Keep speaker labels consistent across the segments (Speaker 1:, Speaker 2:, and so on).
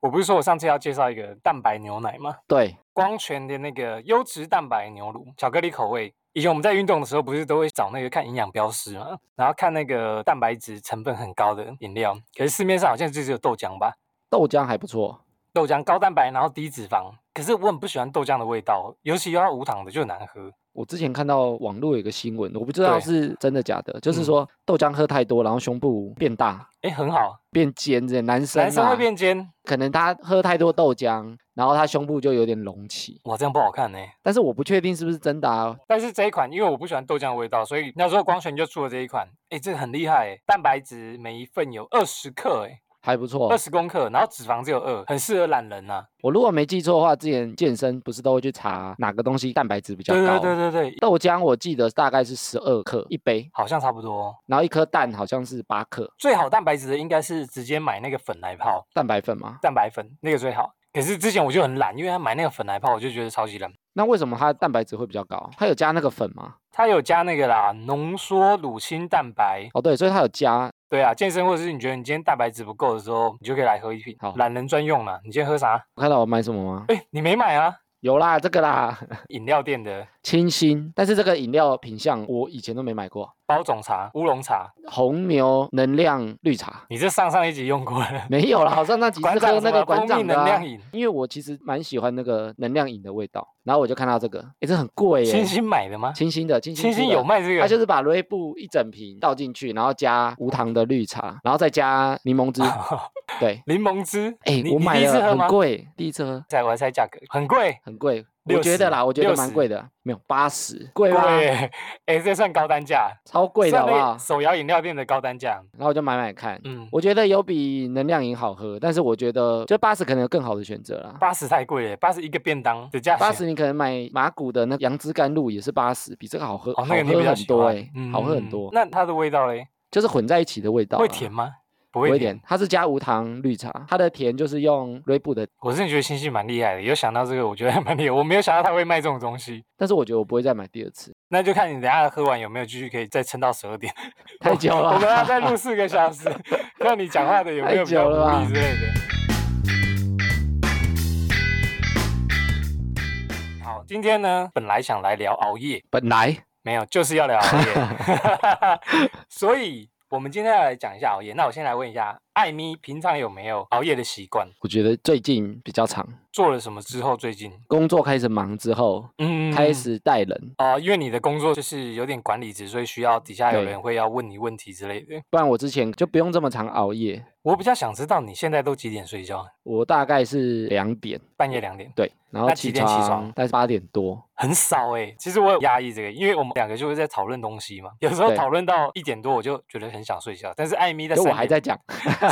Speaker 1: 我不是说我上次要介绍一个蛋白牛奶吗？
Speaker 2: 对，
Speaker 1: 光泉的那个优质蛋白牛乳，巧克力口味。以前我们在运动的时候，不是都会找那个看营养标识嘛，然后看那个蛋白质成分很高的饮料。可是市面上好像就只有豆浆吧，
Speaker 2: 豆浆还不错。
Speaker 1: 豆浆高蛋白，然后低脂肪。可是我很不喜欢豆浆的味道，尤其要无糖的就难喝。
Speaker 2: 我之前看到网络有一个新闻，我不知道
Speaker 1: 对
Speaker 2: 是真的假的，就是
Speaker 1: 嗯
Speaker 2: 说豆浆喝太多，然后胸部变大、
Speaker 1: 哎，很好，
Speaker 2: 变尖这些，男生、啊、
Speaker 1: 男生会变尖，
Speaker 2: 可能他喝太多豆浆，然后他胸部就有点隆起，
Speaker 1: 哇，这样不好看呢、
Speaker 2: 但是我不确定是不是真的啊。
Speaker 1: 但是这一款，因为我不喜欢豆浆的味道，所以那时候光泉就出了这一款。哎，这个很厉害、欸，蛋白质每一份有二十克、欸，
Speaker 2: 还不错
Speaker 1: 二，十公克，然后脂肪只有二，很适合懒人呐、啊。
Speaker 2: 我如果没记错的话，之前健身不是都会去查哪个东西蛋白质比较
Speaker 1: 对
Speaker 2: 高？
Speaker 1: 对对对对，
Speaker 2: 豆浆我记得大概是十二克一杯，
Speaker 1: 好像差不多。
Speaker 2: 然后一颗蛋好像是八克
Speaker 1: 最好蛋白质的应该是直接买那个粉来泡，
Speaker 2: 蛋白粉嘛。
Speaker 1: 蛋白粉那个最好。可是之前我就很懒，因为他买那个粉来泡，我就觉得超级懒。
Speaker 2: 那为什么它蛋白质会比较高？它有加那个粉吗？
Speaker 1: 它有加那个啦，浓缩乳清蛋白。
Speaker 2: 哦，对，所以它有加。
Speaker 1: 对啊，健身或者是你觉得你今天蛋白质不够的时候，你就可以来喝一瓶。
Speaker 2: 好
Speaker 1: 懒人专用啦。你今天喝啥？
Speaker 2: 我看到我买什么吗？
Speaker 1: 哎，你没买啊？
Speaker 2: 有啦，这个啦，
Speaker 1: 饮料店的
Speaker 2: 清新。但是这个饮料品相我以前都没买过，
Speaker 1: 包种茶、乌龙茶，
Speaker 2: 红牛能量绿茶
Speaker 1: 你这上上一集用过了。
Speaker 2: 没有啦，好像那几次
Speaker 1: 馆长
Speaker 2: 喝
Speaker 1: 什
Speaker 2: 那个
Speaker 1: 么
Speaker 2: 馆
Speaker 1: 蜂
Speaker 2: 长
Speaker 1: 蜜
Speaker 2: 的、
Speaker 1: 能
Speaker 2: 啊
Speaker 1: 量。饮，
Speaker 2: 因为我其实蛮喜欢那个能量饮的味道，然后我就看到这个，诶，这很贵耶，
Speaker 1: 星星买的吗？
Speaker 2: 清新的，清新
Speaker 1: 星
Speaker 2: 出
Speaker 1: 星
Speaker 2: 的
Speaker 1: 有，卖啊这个？
Speaker 2: 它就是把瑞布一整瓶倒进去，然后加无糖的绿茶，然后再加柠檬 汁，对，
Speaker 1: 柠檬汁。
Speaker 2: 诶，
Speaker 1: 你
Speaker 2: 哎我
Speaker 1: 你
Speaker 2: 买
Speaker 1: 第一次
Speaker 2: 了
Speaker 1: 喝
Speaker 2: 很
Speaker 1: 吗？
Speaker 2: 贵，第一次喝
Speaker 1: 在我还猜价格，很贵。
Speaker 2: 很贵，我觉得啦，
Speaker 1: 60
Speaker 2: 我觉得蛮
Speaker 1: 60
Speaker 2: 贵的，没有八十，贵
Speaker 1: 贵，
Speaker 2: 吧，
Speaker 1: 哎、这算高单价，
Speaker 2: 超啊贵的
Speaker 1: 算
Speaker 2: 好不
Speaker 1: 那
Speaker 2: 好？
Speaker 1: 手摇饮料店的高单价，
Speaker 2: 然后我就买买看。
Speaker 1: 嗯，
Speaker 2: 我觉得有比能量饮好喝，但是我觉得就八十可能有更好的选择啦。
Speaker 1: 八十太贵了，八十一个便当的价钱，
Speaker 2: 八十你可能买马古的那杨枝甘露也是八十，比这个好喝，
Speaker 1: 哦，
Speaker 2: 好
Speaker 1: 那个你比
Speaker 2: 喝
Speaker 1: 较
Speaker 2: 很
Speaker 1: 喜
Speaker 2: 多
Speaker 1: 欢，
Speaker 2: 哎、好喝很
Speaker 1: 嗯
Speaker 2: 多，
Speaker 1: 那它的味道嘞，
Speaker 2: 就是混在一起的味道、啊
Speaker 1: 会甜，吗？不
Speaker 2: 不
Speaker 1: 会
Speaker 2: 会
Speaker 1: 甜。
Speaker 2: 甜，它是加无糖绿茶，它的甜就是用瑞布的，
Speaker 1: 我真的觉得星星蛮厉害的，有想到这个，我觉得还蛮厉害。我没有想到他会卖这种东西，
Speaker 2: 但是我觉得我不会再买第二次，
Speaker 1: 那就看你等一下喝完有没有继续可以再撑到十二点。
Speaker 2: 太久
Speaker 1: 我们要
Speaker 2: 了。
Speaker 1: 再 录四个小时， 看你讲话的有没有
Speaker 2: 太
Speaker 1: 比较
Speaker 2: 久了
Speaker 1: 无
Speaker 2: 吧
Speaker 1: 力之类的。好，今天呢，本来想来聊熬夜，
Speaker 2: 本来
Speaker 1: 没有，就是要聊熬夜， 所以我们今天要来讲一下熬夜。那我先来问一下，艾咪平常有没有熬夜的习惯？
Speaker 2: 我觉得最近比较长，
Speaker 1: 做了什么之后？最近，
Speaker 2: 工作开始忙之后，
Speaker 1: 嗯
Speaker 2: 开始带人，
Speaker 1: 哦、因为你的工作就是有点管理职，所以需要底下有
Speaker 2: 对
Speaker 1: 人会要问你问题之类的。
Speaker 2: 不然我之前就不用这么常熬夜，
Speaker 1: 我比较想知道你现在都几点睡觉？
Speaker 2: 我大概是两点
Speaker 1: 半夜两点。
Speaker 2: 对，然后
Speaker 1: 那几
Speaker 2: 起
Speaker 1: 点
Speaker 2: 床
Speaker 1: 起
Speaker 2: 但
Speaker 1: 床
Speaker 2: 大概是八点多，
Speaker 1: 很少哎、其实我有压抑这个，因为我们两个就会在讨论东西嘛。有时候
Speaker 2: 对
Speaker 1: 讨论到一点多，我就觉得很想睡觉，但是艾米在
Speaker 2: 就
Speaker 1: 三
Speaker 2: 我
Speaker 1: 点，
Speaker 2: 还在讲，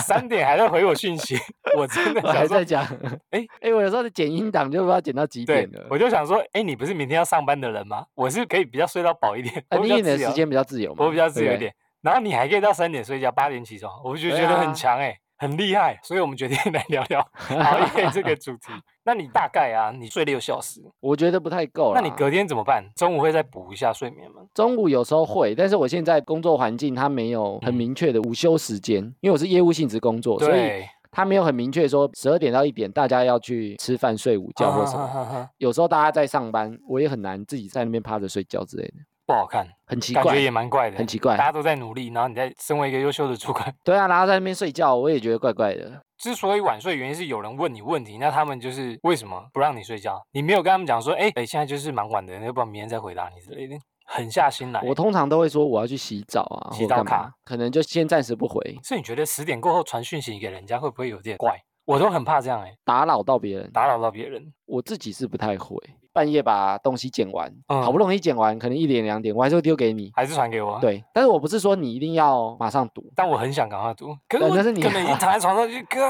Speaker 1: 三点还在回我讯息， 我真的
Speaker 2: 我还
Speaker 1: 想
Speaker 2: 在
Speaker 1: 说，
Speaker 2: 讲， 哎哎，我有时候剪音档就不知道剪到几
Speaker 1: 对
Speaker 2: 点了，。
Speaker 1: 我就想说，哎，你不是明天要上班的人吗？我是可以比较睡到饱一点，
Speaker 2: 啊，
Speaker 1: 我比
Speaker 2: 你
Speaker 1: 较
Speaker 2: 你的
Speaker 1: 自
Speaker 2: 时
Speaker 1: 由，
Speaker 2: 间比较自由嘛，
Speaker 1: 我比较自
Speaker 2: 对不
Speaker 1: 由一
Speaker 2: 对。
Speaker 1: 点，然后你还可以到三点睡觉，八点起床，我就觉
Speaker 2: 对
Speaker 1: 得很
Speaker 2: 啊
Speaker 1: 强哎、很厉害。所以我们决定来聊聊 熬夜这个主题。那你大概啊，你睡六小时，
Speaker 2: 我觉得不太够
Speaker 1: 那
Speaker 2: 啦
Speaker 1: 你隔天怎么办？中午会再补一下睡眠吗？
Speaker 2: 中午有时候会，但是我现在工作环境它没有很
Speaker 1: 嗯
Speaker 2: 明确的午休时间，因为我是业务性质工作，所以
Speaker 1: 对，
Speaker 2: 它没有很明确说十二点到一点大家要去吃饭、睡午觉或什么。
Speaker 1: 么
Speaker 2: 有时候大家在上班，我也很难自己在那边趴着睡觉之类的，
Speaker 1: 不好看，
Speaker 2: 很奇
Speaker 1: 感觉
Speaker 2: 怪。
Speaker 1: 也蛮怪的，
Speaker 2: 很奇怪
Speaker 1: 大家都在努力，然后你在身为一个优秀的主管，
Speaker 2: 对啊，然后在那边睡觉，我也觉得怪怪的。
Speaker 1: 之所以晚睡，原因是有人问你问题，那他们就是为什么不让你睡觉？你没有跟他们讲说，哎、哎，现在就是蛮晚的，要不然明天再回答你之类的，狠下心来。
Speaker 2: 我通常都会说我要去洗澡啊，
Speaker 1: 洗
Speaker 2: 或
Speaker 1: 澡
Speaker 2: 干嘛
Speaker 1: 卡，
Speaker 2: 可能就先暂时不回，
Speaker 1: 所以你觉得十点过后传讯息给人家会不会有点怪？我都很怕这样哎、
Speaker 2: 打扰到别人。
Speaker 1: 打扰到别人。
Speaker 2: 我自己是不太会，半夜把东西剪完，
Speaker 1: 嗯啊
Speaker 2: 好不容易剪完，可能一点两点，我还是会丢给你。
Speaker 1: 还是传给我，，
Speaker 2: 对，但是我不是说你一定要马上读，
Speaker 1: 但我很想赶快读，可是
Speaker 2: 对
Speaker 1: 我
Speaker 2: 那是你
Speaker 1: 可能一躺在床上就， 哥，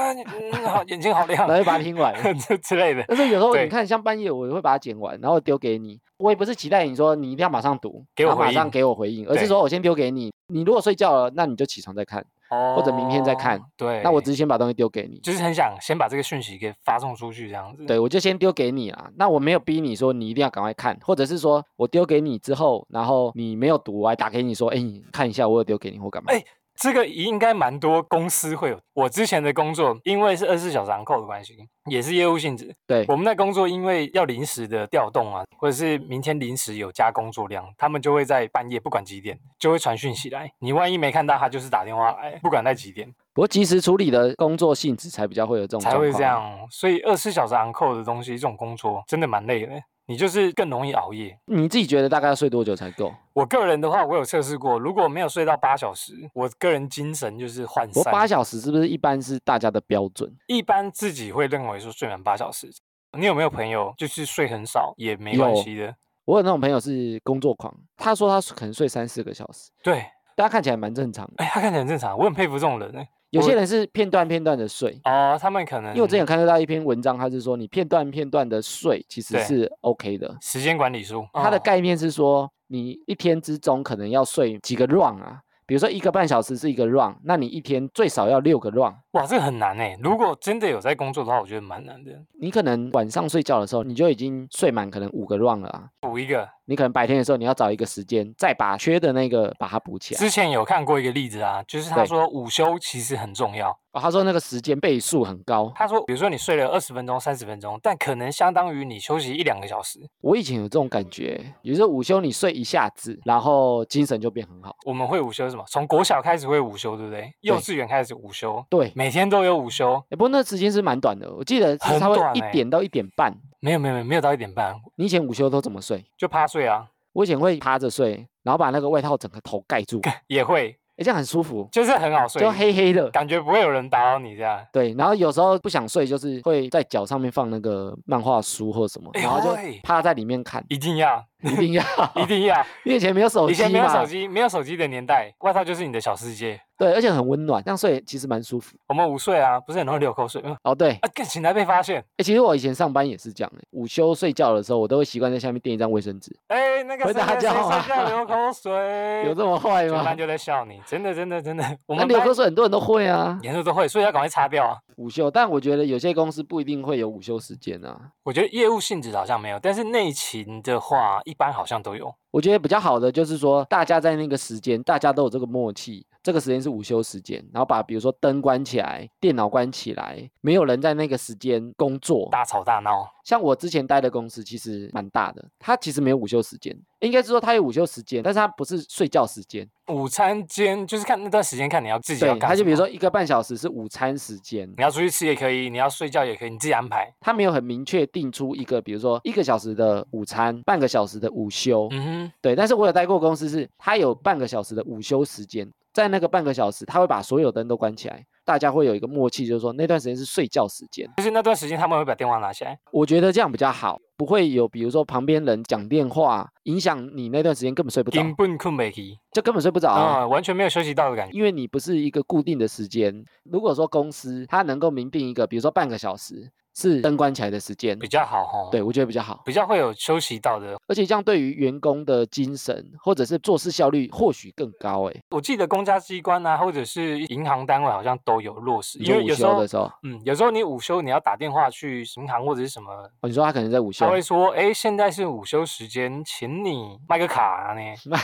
Speaker 1: 嗯，好，眼睛好亮
Speaker 2: 然，后就把它 听完。
Speaker 1: 这之类的。
Speaker 2: 但是有时候
Speaker 1: 对
Speaker 2: 你看，像半夜我会把它剪完，然后丢给你。我也不是期待你说你一定要马上读，
Speaker 1: 给
Speaker 2: 然
Speaker 1: 我
Speaker 2: 后马
Speaker 1: 回
Speaker 2: 上
Speaker 1: 应
Speaker 2: 给我回应，而
Speaker 1: 对
Speaker 2: 是说我先丢给你。你如果睡觉了，那你就起床再看。
Speaker 1: 哦
Speaker 2: 或者明天再看。
Speaker 1: 对，
Speaker 2: 那我只是先把东西丢给你，
Speaker 1: 就是很想先把这个讯息给发送出去，这样子。
Speaker 2: 对，我就先丢给你啦。那我没有逼你说你一定要赶快看，或者是说我丢给你之后，然后你没有读，我还打给你说，哎，你看一下我有丢给你或干嘛
Speaker 1: 哎。这个应该蛮多公司会有。我之前的工作，因为是二十四小时航扣的关系，也是业务性质。
Speaker 2: 对
Speaker 1: 我们在工作，因为要临时的调动啊，或者是明天临时有加工作量，他们就会在半夜不管几点就会传讯息来。你万一没看到，他就是打电话来，不管在几点
Speaker 2: 不过及时处理的工作性质才比较会有这种
Speaker 1: 才
Speaker 2: 状
Speaker 1: 会
Speaker 2: 况
Speaker 1: 这。样。哦所以二十四小时昂扣的东西，这种工作真的蛮累的，你就是更容易熬夜。
Speaker 2: 你自己觉得大概要睡多久才够？
Speaker 1: 我个人的话，我有测试过，如果没有睡到八小时，我个人精神就是涣
Speaker 2: 不过八
Speaker 1: 散。
Speaker 2: 小时是不是一般是大家的标准？
Speaker 1: 一般自己会认为说睡满八小时。你有没有朋友就是睡很少也没
Speaker 2: 有
Speaker 1: 关系的？
Speaker 2: 我有那种朋友是工作狂，他说他可能睡三四个小时，
Speaker 1: 对，
Speaker 2: 但他看起来蛮正常的。
Speaker 1: 哎，他看起来很正常，我很佩服这种人呢。
Speaker 2: 有些
Speaker 1: 我
Speaker 2: 人是片段片段的睡，
Speaker 1: 哦，他们可能
Speaker 2: 因为我之前有看到一篇文章，他是说你片段片段的睡其实
Speaker 1: 对
Speaker 2: 是 OK 的。
Speaker 1: 时间管理术，
Speaker 2: 它的
Speaker 1: 哦
Speaker 2: 概念是说，你一天之中可能要睡几个 round 啊，比如说一个半小时是一个 round，那你一天最少要六个 round。
Speaker 1: 哇，这个很难哎。如果真的有在工作的话，我觉得蛮难的。
Speaker 2: 你可能晚上睡觉的时候，你就已经睡满可能五个 round 了啊。
Speaker 1: 补一个，
Speaker 2: 你可能白天的时候，你要找一个时间，再把缺的那个把它补起来。
Speaker 1: 之前有看过一个例子啊，就是他
Speaker 2: 啊对
Speaker 1: 说午休其实很重要。
Speaker 2: 哦，他说那个时间倍数很高。
Speaker 1: 他说，比如说你睡了二十分钟、三十分钟，但可能相当于你休息一两个小时。
Speaker 2: 我以前有这种感觉，有时候午休你睡一下子，然后精神就变很好。
Speaker 1: 我们会午休是什么？从国小开始会午休，对不对？幼
Speaker 2: 对
Speaker 1: 稚园开始午休，
Speaker 2: 对，
Speaker 1: 每天都有午休。
Speaker 2: 欸不过那时间是蛮短的，我记得是
Speaker 1: 很
Speaker 2: 差不多
Speaker 1: 短
Speaker 2: 一
Speaker 1: 欸
Speaker 2: 点到一点半。
Speaker 1: 没有没有没有没有到一点半
Speaker 2: 你以前午休都怎么睡？
Speaker 1: 就趴睡啊，
Speaker 2: 我以前会趴着睡，然后把那个外套整个头盖住，哎、
Speaker 1: 也会
Speaker 2: 这样很舒服，
Speaker 1: 就是很好睡，
Speaker 2: 就黑黑的。
Speaker 1: 感觉不会有人打扰你这样。
Speaker 2: 对，然后有时候不想睡，就是会在脚上面放那个漫画书或什么，
Speaker 1: 哎
Speaker 2: 然后就
Speaker 1: 会
Speaker 2: 趴在里面
Speaker 1: ，
Speaker 2: 看
Speaker 1: 一定要
Speaker 2: 一定要，
Speaker 1: 一定要，
Speaker 2: 因为以前没有哦手
Speaker 1: 以
Speaker 2: 机
Speaker 1: 前没有手
Speaker 2: 嘛，
Speaker 1: 机没有手机的年代，外套就是你的小世界。
Speaker 2: 对，而且很温暖，这样睡其实蛮舒服。
Speaker 1: 我们午睡啊，不是很容易流口水吗？
Speaker 2: 哦，对，哎、
Speaker 1: 啊，更醒来被发现，
Speaker 2: 其实我以前上班也是这样、欸，午休睡觉的时候，我都会习惯在下面垫一张卫生纸，
Speaker 1: 哎，那个
Speaker 2: 回
Speaker 1: 谁
Speaker 2: 答
Speaker 1: 谁谁
Speaker 2: 叫啊
Speaker 1: 睡觉流口水，
Speaker 2: 有这么坏
Speaker 1: 全
Speaker 2: 吗
Speaker 1: 哎班？就在笑你，真的真的真的，我
Speaker 2: 那
Speaker 1: 们
Speaker 2: 流
Speaker 1: 班
Speaker 2: 口水很多人都会啊，
Speaker 1: 严肃都会，所以要赶快擦掉啊。
Speaker 2: 午休，但我觉得有些公司不一定会有午休时间啊。
Speaker 1: 我觉得业务性质好像没有，但是内勤的话，一般好像都有。
Speaker 2: 我觉得比较好的就是说，大家在那个时间，大家都有这个默契，这个时间是午休时间，然后把比如说灯关起来，电脑关起来，没有人在那个时间工作。
Speaker 1: 大吵大闹，
Speaker 2: 像我之前待的公司其实蛮大的，它其实没有午休时间，应该是说它有午休时间，但是它不是睡觉时间。
Speaker 1: 午餐间就是看那段时间看你要自己要
Speaker 2: 对，
Speaker 1: 干什么。嗯
Speaker 2: 它就比如说一个半小时是午餐时间，
Speaker 1: 你要出去吃也可以，你要睡觉也可以，你自己安排。
Speaker 2: 它没有很明确定出一个，比如说一个小时的午餐，半个小时的午休。
Speaker 1: 嗯哼，
Speaker 2: 对，但是我有待过公司是，它有半个小时的午休时间，在那个半个小时，它会把所有灯都关起来，大家会有一个默契，就是说那段时间是睡觉时间。
Speaker 1: 就是那段时间他们会把电话拿起来。
Speaker 2: 我觉得这样比较好，不会有比如说旁边人讲电话影响你那段时间根本睡不着，
Speaker 1: 根本困不起，
Speaker 2: 就根本睡不着啊、
Speaker 1: 啊、完全没有休息到的感觉。
Speaker 2: 因为你不是一个固定的时间。如果说公司它能够明定一个，比如说半个小时是灯关起来的时间
Speaker 1: 比，较好哦。
Speaker 2: 对，我觉得比较好，
Speaker 1: 比较会有休息到的。
Speaker 2: 而且这样对于员工的精神或者是做事效率或许更高。哎，
Speaker 1: 我记得公家机关啊，或者是银行单位好像都有落实，
Speaker 2: 你
Speaker 1: 因
Speaker 2: 说
Speaker 1: 为
Speaker 2: 午
Speaker 1: 有时
Speaker 2: 休
Speaker 1: 候
Speaker 2: 的，时候，
Speaker 1: 嗯，有时候你午休你要打电话去银行或者是什么，
Speaker 2: 哦，你说他可能在午休
Speaker 1: 他，会说，哎，现在是午休时间，请你卖个卡 呢，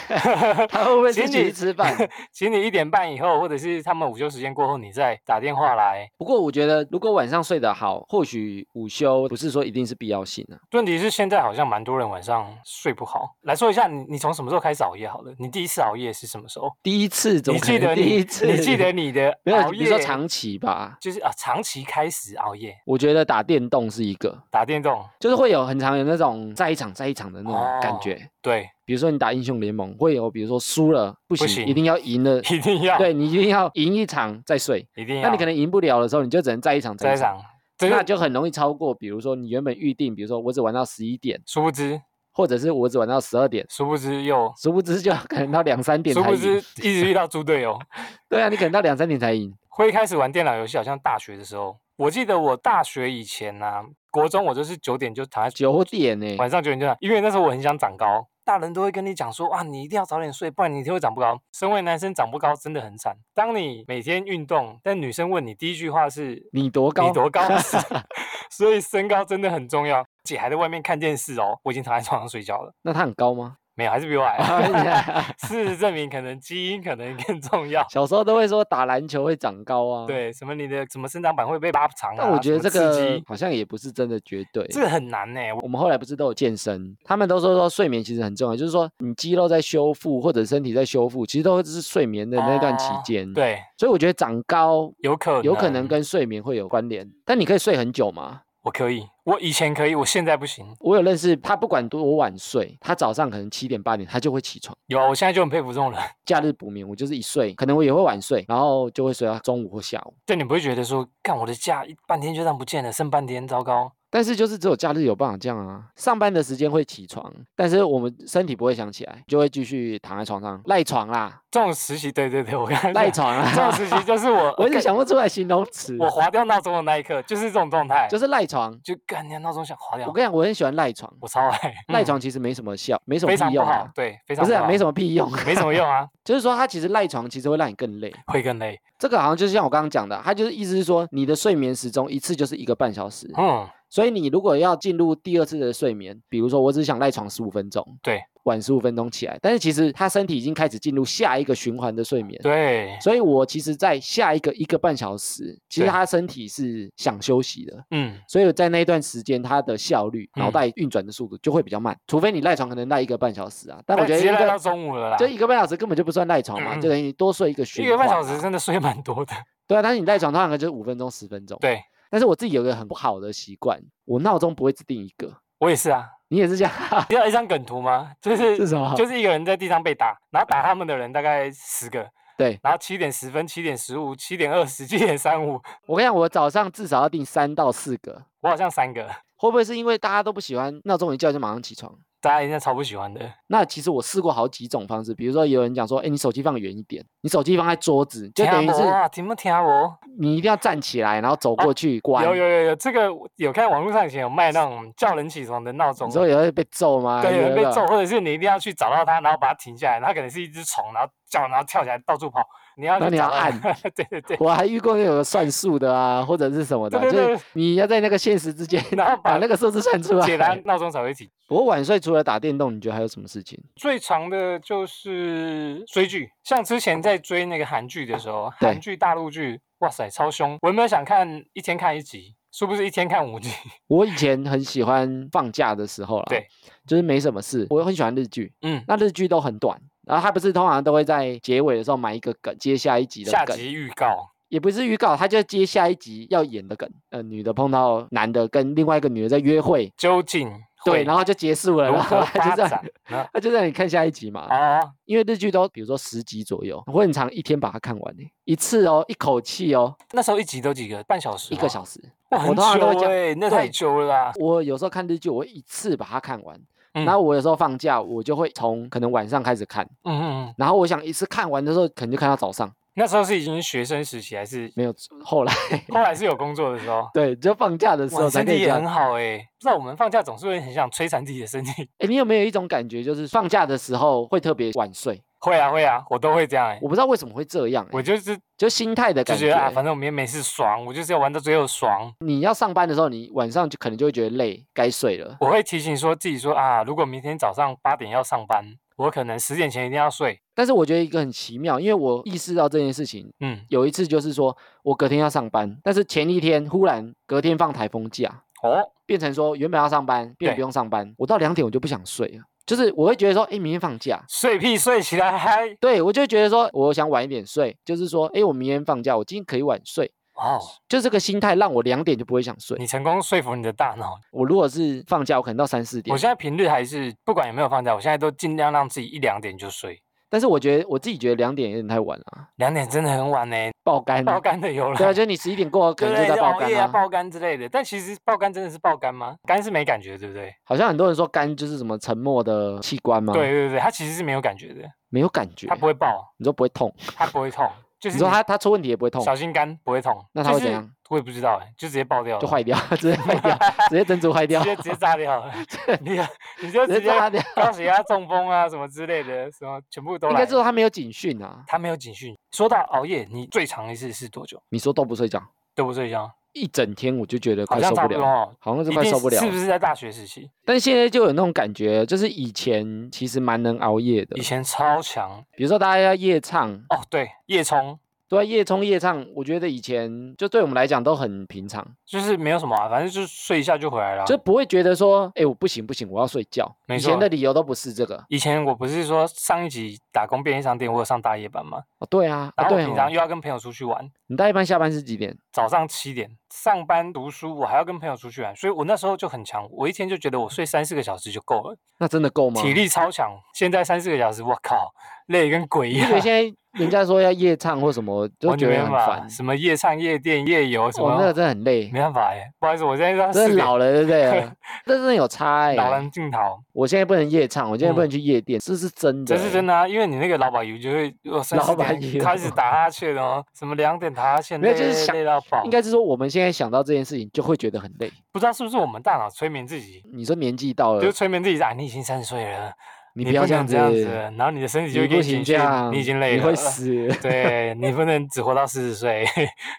Speaker 2: 他会不会
Speaker 1: 请
Speaker 2: 自己
Speaker 1: 你
Speaker 2: 去吃饭？
Speaker 1: 请你一点半以后，或者是他们午休时间过后，你再打电话来。
Speaker 2: 不过我觉得，如果晚上睡得好，或许午休不是说一定是必要性啊。
Speaker 1: 问题是现在好像蛮多人晚上睡不好。来说一下你，你从什么时候开始熬夜好了？你第一次熬夜是什么时候？
Speaker 2: 第一次怎
Speaker 1: 你
Speaker 2: 么可
Speaker 1: 记
Speaker 2: 能
Speaker 1: 得
Speaker 2: 第
Speaker 1: 你
Speaker 2: 一次？
Speaker 1: 你记得你的
Speaker 2: 没有？
Speaker 1: 熬
Speaker 2: 比如说
Speaker 1: 夜
Speaker 2: 长期吧，
Speaker 1: 就是啊，长期开始熬夜
Speaker 2: 我觉得打电动是一个，
Speaker 1: 打电动，
Speaker 2: 就是会有很常有那种在一场在一场的那种感
Speaker 1: 哦
Speaker 2: 觉。
Speaker 1: 对，
Speaker 2: 比如说你打英雄联盟，会有比如说输了不行，一
Speaker 1: 行，
Speaker 2: 定要赢了
Speaker 1: 一定要，
Speaker 2: 对你一定要赢一场再睡。
Speaker 1: 一定要。
Speaker 2: 那你可能赢不了的时候，你就只能在一场
Speaker 1: 在
Speaker 2: 一场，
Speaker 1: 场，这
Speaker 2: 那
Speaker 1: 就
Speaker 2: 就很容易超过。比如说你原本预定，比如说我只玩到十一点，
Speaker 1: 殊不知，
Speaker 2: 或者是我只玩到十二点，
Speaker 1: 殊不知又，
Speaker 2: 殊不知就可能到两三点
Speaker 1: 殊
Speaker 2: 才
Speaker 1: 不
Speaker 2: 赢
Speaker 1: 知。一直遇到猪队友。
Speaker 2: 对啊，你可能到两三点才赢。
Speaker 1: 会开始玩电脑游戏，好像大学的时候，我记得我大学以前呢、啊，国中我就是九点就躺 在
Speaker 2: 九点呢、
Speaker 1: 晚上九点就躺，因为那时候我很想长高，大人都会跟你讲说，哇，啊你一定要早点睡，不然你一定会长不高。身为男生长不高真的很惨。当你每天运动，但女生问你第一句话是
Speaker 2: 你多高？
Speaker 1: 你多高？ 所以身高真的很重要。姐还在外面看电视哦，我已经躺在床上睡觉了。
Speaker 2: 那他很高吗？
Speaker 1: 没有，还是比我矮。
Speaker 2: 啊
Speaker 1: 事实证明，可能基因可能更重要。
Speaker 2: 小时候都会说打篮球会长高啊，。
Speaker 1: 对，什么你的什么生长板会被拉长、啊，
Speaker 2: 但我觉得
Speaker 1: 什
Speaker 2: 这
Speaker 1: 么刺
Speaker 2: 个
Speaker 1: 激
Speaker 2: 好像也不是真的绝对。
Speaker 1: 这个很难呢、
Speaker 2: 我们后来不是都有健身，他们都说说睡眠其实很重要，就是说你肌肉在修复或者身体在修复，其实都是睡眠的那段期
Speaker 1: 哦
Speaker 2: 间。，
Speaker 1: 对，
Speaker 2: 所以我觉得长高
Speaker 1: 有可能
Speaker 2: 嗯有可能跟睡眠会有关联，但你可以睡很久吗？
Speaker 1: 我可以，我以前可以，我现在不行。
Speaker 2: 我有认识他，不管多晚睡，他早上可能七点八点他就会起床。
Speaker 1: 有啊，我现在就很佩服这种人。
Speaker 2: 假日补眠，我就是一睡，可能我也会晚睡，然后就会睡到中午或下午。
Speaker 1: 就你不会觉得说，干我的假一半天就这样不见了，剩半天，糟糕。
Speaker 2: 但是就是只有假日有办法这样啊，上班的时间会起床，但是我们身体不会想起来，就会继续躺在床上赖床啦，
Speaker 1: 这种实习，对对对，我刚才
Speaker 2: 赖
Speaker 1: 讲
Speaker 2: 床
Speaker 1: 这种
Speaker 2: 啦。
Speaker 1: 实习就是我，
Speaker 2: 我一直
Speaker 1: 干，
Speaker 2: 想不出来形容词，
Speaker 1: 我划掉闹钟的那一刻就是这种状态，就
Speaker 2: 就是赖床。
Speaker 1: 就干，你的闹钟想划掉
Speaker 2: 我，跟你讲，我很喜欢赖床，
Speaker 1: 我超爱
Speaker 2: 赖
Speaker 1: 嗯
Speaker 2: 床其实没什么效，没什么
Speaker 1: 非
Speaker 2: 屁
Speaker 1: 常不
Speaker 2: 用
Speaker 1: 好
Speaker 2: 啊，，
Speaker 1: 对，非常
Speaker 2: 不是啊，没什
Speaker 1: 么
Speaker 2: 么屁用，
Speaker 1: 没什么用啊，
Speaker 2: 就是说它其实赖床其实会让你更累。
Speaker 1: 会更累。
Speaker 2: 这个好像就是像我刚刚讲的，它就是意思是说，你的睡眠时钟一次就是一个半小时，
Speaker 1: 嗯，
Speaker 2: 所以你如果要进入第二次的睡眠，比如说我只想赖床十五分钟，
Speaker 1: 对，
Speaker 2: 晚十五分钟起来，但是其实他身体已经开始进入下一个循环的睡眠。
Speaker 1: 对，
Speaker 2: 所以我其实，在下一个一个半小时，其实
Speaker 1: 对
Speaker 2: 他身体是想休息的，
Speaker 1: 嗯，
Speaker 2: 所以在那一段时间，他的效率、脑
Speaker 1: 嗯
Speaker 2: 袋运转的速度就会比较慢。除非你赖床，可能赖一个半小时啊，但我
Speaker 1: 那
Speaker 2: 觉得
Speaker 1: 哎直接
Speaker 2: 一
Speaker 1: 赖到
Speaker 2: 个
Speaker 1: 中午了啦
Speaker 2: 就，一个半小时根本就不算赖床嘛，就
Speaker 1: 嗯
Speaker 2: 等于你多睡一个啊循
Speaker 1: 一
Speaker 2: 环
Speaker 1: 个
Speaker 2: 嘛。
Speaker 1: 半小时真的睡蛮多的。
Speaker 2: 对啊，但是你赖床通常可能就是五分钟、十分钟。
Speaker 1: 对
Speaker 2: 但是我自己有一个很不好的习惯，我闹钟不会只定一个。
Speaker 1: 我也是啊，
Speaker 2: 你也是这样？
Speaker 1: 你知道一张梗图吗？就是
Speaker 2: 是什么啊
Speaker 1: 就是一个人在地上被打，然后打他们的人大概十个，
Speaker 2: 对
Speaker 1: 然后七点十分、七点十五、七点二十、七点三五，
Speaker 2: 我跟你讲，我早上至少要定三到四个。
Speaker 1: 我好像三个，
Speaker 2: 会不会是因为大家都不喜欢闹钟一叫就马上起床？
Speaker 1: 大家应该超不喜欢的。
Speaker 2: 那其实我试过好几种方式，比如说有人讲说，哎，你手机放远一点，你手机放在桌子，就
Speaker 1: 听
Speaker 2: 等于
Speaker 1: 我
Speaker 2: 是
Speaker 1: 啊，听不听我？
Speaker 2: 你一定要站起来，然后走
Speaker 1: 啊
Speaker 2: 过去关。
Speaker 1: 有有有有，这个我有看网络上以前有卖那种叫人起床的闹钟啊
Speaker 2: 你，说有人被揍吗？
Speaker 1: 对，有人被
Speaker 2: 那个
Speaker 1: 揍，。或者是你一定要去找到它，然后把它停下来，它可能是一只虫，然后叫，然后跳起来到处跑，你要
Speaker 2: 那
Speaker 1: 去
Speaker 2: 你要
Speaker 1: 找它
Speaker 2: 按，
Speaker 1: 对对对，
Speaker 2: 我还遇过那种算数的啊，或者是什么的，
Speaker 1: 对对
Speaker 2: 就
Speaker 1: 对
Speaker 2: 是你要在那个现实之间，
Speaker 1: 然后
Speaker 2: 把
Speaker 1: 把
Speaker 2: 那个数字算出来。
Speaker 1: 解答闹钟才会停。
Speaker 2: 不过晚睡除了打电动，你觉得还有什么事情？
Speaker 1: 最长的就是追剧，像之前在追那个韩剧的时候，
Speaker 2: 对
Speaker 1: 韩剧、大陆剧，哇塞，超凶！我有没有想看一天看一集？是不是一天看五集？
Speaker 2: 我以前很喜欢放假的时候啦，
Speaker 1: 对，
Speaker 2: 就是没什么事，我很喜欢日剧，
Speaker 1: 嗯，
Speaker 2: 那日剧都很短。然后它不是通常都会在结尾的时候埋一个梗，接下一集的
Speaker 1: 下
Speaker 2: 梗，
Speaker 1: 集预告，
Speaker 2: 也不是预告，它就接下一集要演的梗。呃，女的碰到男的跟另外一个女的在约会，
Speaker 1: 究竟
Speaker 2: 对，
Speaker 1: 会
Speaker 2: 然后就结束了，
Speaker 1: 如
Speaker 2: 然后
Speaker 1: 何
Speaker 2: 它
Speaker 1: 发
Speaker 2: 就让
Speaker 1: 展呢？
Speaker 2: 它就让你看下一集嘛。
Speaker 1: 哦，
Speaker 2: 因为日剧都比如说十集左右，我很常一天把它看完、欸，一次哦，一口气哦，
Speaker 1: 那时候一集都几个半小时
Speaker 2: 一
Speaker 1: 吗，
Speaker 2: 个小时。
Speaker 1: 哇，
Speaker 2: 我
Speaker 1: 哦很
Speaker 2: 通常都会
Speaker 1: 久
Speaker 2: 讲
Speaker 1: 哎，那太
Speaker 2: 对
Speaker 1: 久了啦。
Speaker 2: 我有时候看日剧，我会一次把它看完。
Speaker 1: 嗯
Speaker 2: 然后我有时候放假，我就会从可能晚上开始看，
Speaker 1: 嗯嗯嗯，
Speaker 2: 然后我想一次看完的时候，可能就看到早上，
Speaker 1: 那时候是已经学生时期，还是
Speaker 2: 没有后来，？
Speaker 1: 后来是有工作的时候
Speaker 2: 对，就放假的时
Speaker 1: 哇，
Speaker 2: 候才
Speaker 1: 身
Speaker 2: 可以
Speaker 1: 体
Speaker 2: 这
Speaker 1: 也
Speaker 2: 样
Speaker 1: 很。好哎，不知道我们放假总是会很想摧残自己的身体。
Speaker 2: 哎，你有没有一种感觉，就是放假的时候会特别晚睡？
Speaker 1: 会啊会啊，我都会这样哎。
Speaker 2: 我不知道为什么会这样欸，
Speaker 1: 我就是
Speaker 2: 就心态的
Speaker 1: 就
Speaker 2: 感
Speaker 1: 觉得啊，反
Speaker 2: 觉。
Speaker 1: 正我们也没事爽，我就是要玩到最后爽。
Speaker 2: 你要上班的时候，你晚上就可能就会觉得累，该睡了。
Speaker 1: 我会提醒说自己说啊，如果明天早上八点要上班，我可能十点前一定要睡。
Speaker 2: 但是我觉得一个很奇妙，因为我意识到这件事情。
Speaker 1: 嗯，
Speaker 2: 有一次就是说我隔天要上班，但是前一天忽然隔天放台风假，
Speaker 1: 哦，
Speaker 2: 变成说原本要上班，变成
Speaker 1: 对
Speaker 2: 不用上班。我到两点我就不想睡了，就是我会觉得说，哎，明天放假，
Speaker 1: 睡屁睡起来嗨。
Speaker 2: 对我就会觉得说，我想晚一点睡，就是说，哎，我明天放假，我今天可以晚睡，
Speaker 1: 哇哦，
Speaker 2: 就这个心态让我两点就不会想睡。
Speaker 1: 你成功说服你的大脑。
Speaker 2: 我如果是放假，我可能到三四点
Speaker 1: 我，现在平日还是不管有没有放假，我现在都尽量让自己一两点就睡。
Speaker 2: 但是我觉得我自己觉得两点有点太晚了啊，
Speaker 1: 两点真的很晚呢、
Speaker 2: 爆肝。
Speaker 1: 爆肝的有了。
Speaker 2: 对啊，就是你十一点过后可
Speaker 1: 对
Speaker 2: 能
Speaker 1: 不对
Speaker 2: 就在爆
Speaker 1: 熬
Speaker 2: 肝
Speaker 1: 夜啊，
Speaker 2: 啊。
Speaker 1: 爆肝之类的。但其实爆肝真的是爆肝吗？肝是没感觉，对不对？
Speaker 2: 好像很多人说肝就是什么沉默的器官嘛，
Speaker 1: 对，对对，它其实是没有感觉的，
Speaker 2: 没有感觉
Speaker 1: 它，不会爆，
Speaker 2: 你说不会痛，
Speaker 1: 它不会痛，就
Speaker 2: 你
Speaker 1: 是
Speaker 2: 说它它出问题也不会痛，
Speaker 1: 小心肝不会痛，
Speaker 2: 那它
Speaker 1: 就
Speaker 2: 会怎
Speaker 1: 是
Speaker 2: 样？
Speaker 1: 我也不知道哎，就直接爆掉了，
Speaker 2: 就坏掉， 直接坏掉，直接珍珠坏
Speaker 1: 直
Speaker 2: 掉，
Speaker 1: 接直接炸掉 了。你你就
Speaker 2: 直
Speaker 1: 直
Speaker 2: 接
Speaker 1: 接
Speaker 2: 炸掉。
Speaker 1: 高血压、中风啊什么之类的，什么全部都
Speaker 2: 应
Speaker 1: 来
Speaker 2: 该说
Speaker 1: 了。
Speaker 2: 他没有警讯啊。
Speaker 1: 他没有警讯。说到熬夜，你最长一次是多久？
Speaker 2: 你说都不睡觉，
Speaker 1: 都不睡觉？
Speaker 2: 一整天，我就觉得
Speaker 1: 好
Speaker 2: 快
Speaker 1: 像
Speaker 2: 受
Speaker 1: 差
Speaker 2: 不
Speaker 1: 不
Speaker 2: 了
Speaker 1: 多，哦，
Speaker 2: 好像是
Speaker 1: 一
Speaker 2: 快
Speaker 1: 定
Speaker 2: 受不了
Speaker 1: 是不是在大学时期？
Speaker 2: 但现在就有那种感觉，就是以前其实蛮能熬夜的
Speaker 1: 以，前超强
Speaker 2: 比如说大家要夜唱，
Speaker 1: 哦，对，夜冲
Speaker 2: 对啊、夜冲夜唱，我觉得以前就对我们来讲都很平常，
Speaker 1: 就是没有什么啊，反正就是睡一下就回来了。
Speaker 2: 就不会觉得说，哎、我不行不行，我要睡觉。
Speaker 1: 啊没
Speaker 2: 以
Speaker 1: 错
Speaker 2: 前的理由都不是这个
Speaker 1: 以前我不是说上一集打工便利商店，我有上大夜班嘛，
Speaker 2: 哦，对啊，
Speaker 1: 然
Speaker 2: 啊
Speaker 1: 后我
Speaker 2: 对
Speaker 1: 平常
Speaker 2: 哦，
Speaker 1: 又要跟朋友出去玩，
Speaker 2: 你大一班下班是几点？
Speaker 1: 早上七点上班读书，我还要跟朋友出去玩，所以我那时候就很强，我一天就觉得我睡三四个小时就够了，
Speaker 2: 那真的够吗？
Speaker 1: 体力超强。现在三四个小时，我靠，累跟鬼一
Speaker 2: 你
Speaker 1: 样
Speaker 2: 不觉，得现在人家说要夜唱或什么，就
Speaker 1: 完全没
Speaker 2: 觉得
Speaker 1: 办
Speaker 2: 很
Speaker 1: 法。
Speaker 2: 烦。
Speaker 1: 什么夜唱、夜店、夜游什么，
Speaker 2: 哦，那个真的很累，
Speaker 1: 没办法哎，不好意思，我现在到四
Speaker 2: 真的
Speaker 1: 点，
Speaker 2: 老了，对不对？这真的有差 哎、
Speaker 1: 老人镜头，
Speaker 2: 我现在不能夜唱，我现在不
Speaker 1: 嗯
Speaker 2: 能去夜店，这是真的、
Speaker 1: 这是真
Speaker 2: 的。
Speaker 1: 的啊，因为你那个老板油就会，我三
Speaker 2: 老
Speaker 1: 四
Speaker 2: 板
Speaker 1: 点
Speaker 2: 油
Speaker 1: 开始打哈欠哦，什么两点打哈欠，
Speaker 2: 没有
Speaker 1: 累
Speaker 2: 就是想
Speaker 1: 累到爆
Speaker 2: 欸应，该是说我们现在想到这件事情，就会觉得很累。
Speaker 1: 不知道是不是我们大脑催眠自己，
Speaker 2: 你说年纪到
Speaker 1: 就是
Speaker 2: 了，
Speaker 1: 催眠自己啊，你已经三十岁了，
Speaker 2: 你
Speaker 1: 不
Speaker 2: 不要这
Speaker 1: 能
Speaker 2: 样
Speaker 1: 这
Speaker 2: 子，
Speaker 1: 样子了，然后你的身体就
Speaker 2: 你
Speaker 1: 会给
Speaker 2: 不
Speaker 1: 你
Speaker 2: 行
Speaker 1: 警
Speaker 2: 这
Speaker 1: 讯
Speaker 2: 样，
Speaker 1: 你已经累了，
Speaker 2: 你会死。
Speaker 1: 对你不能只活到四十岁，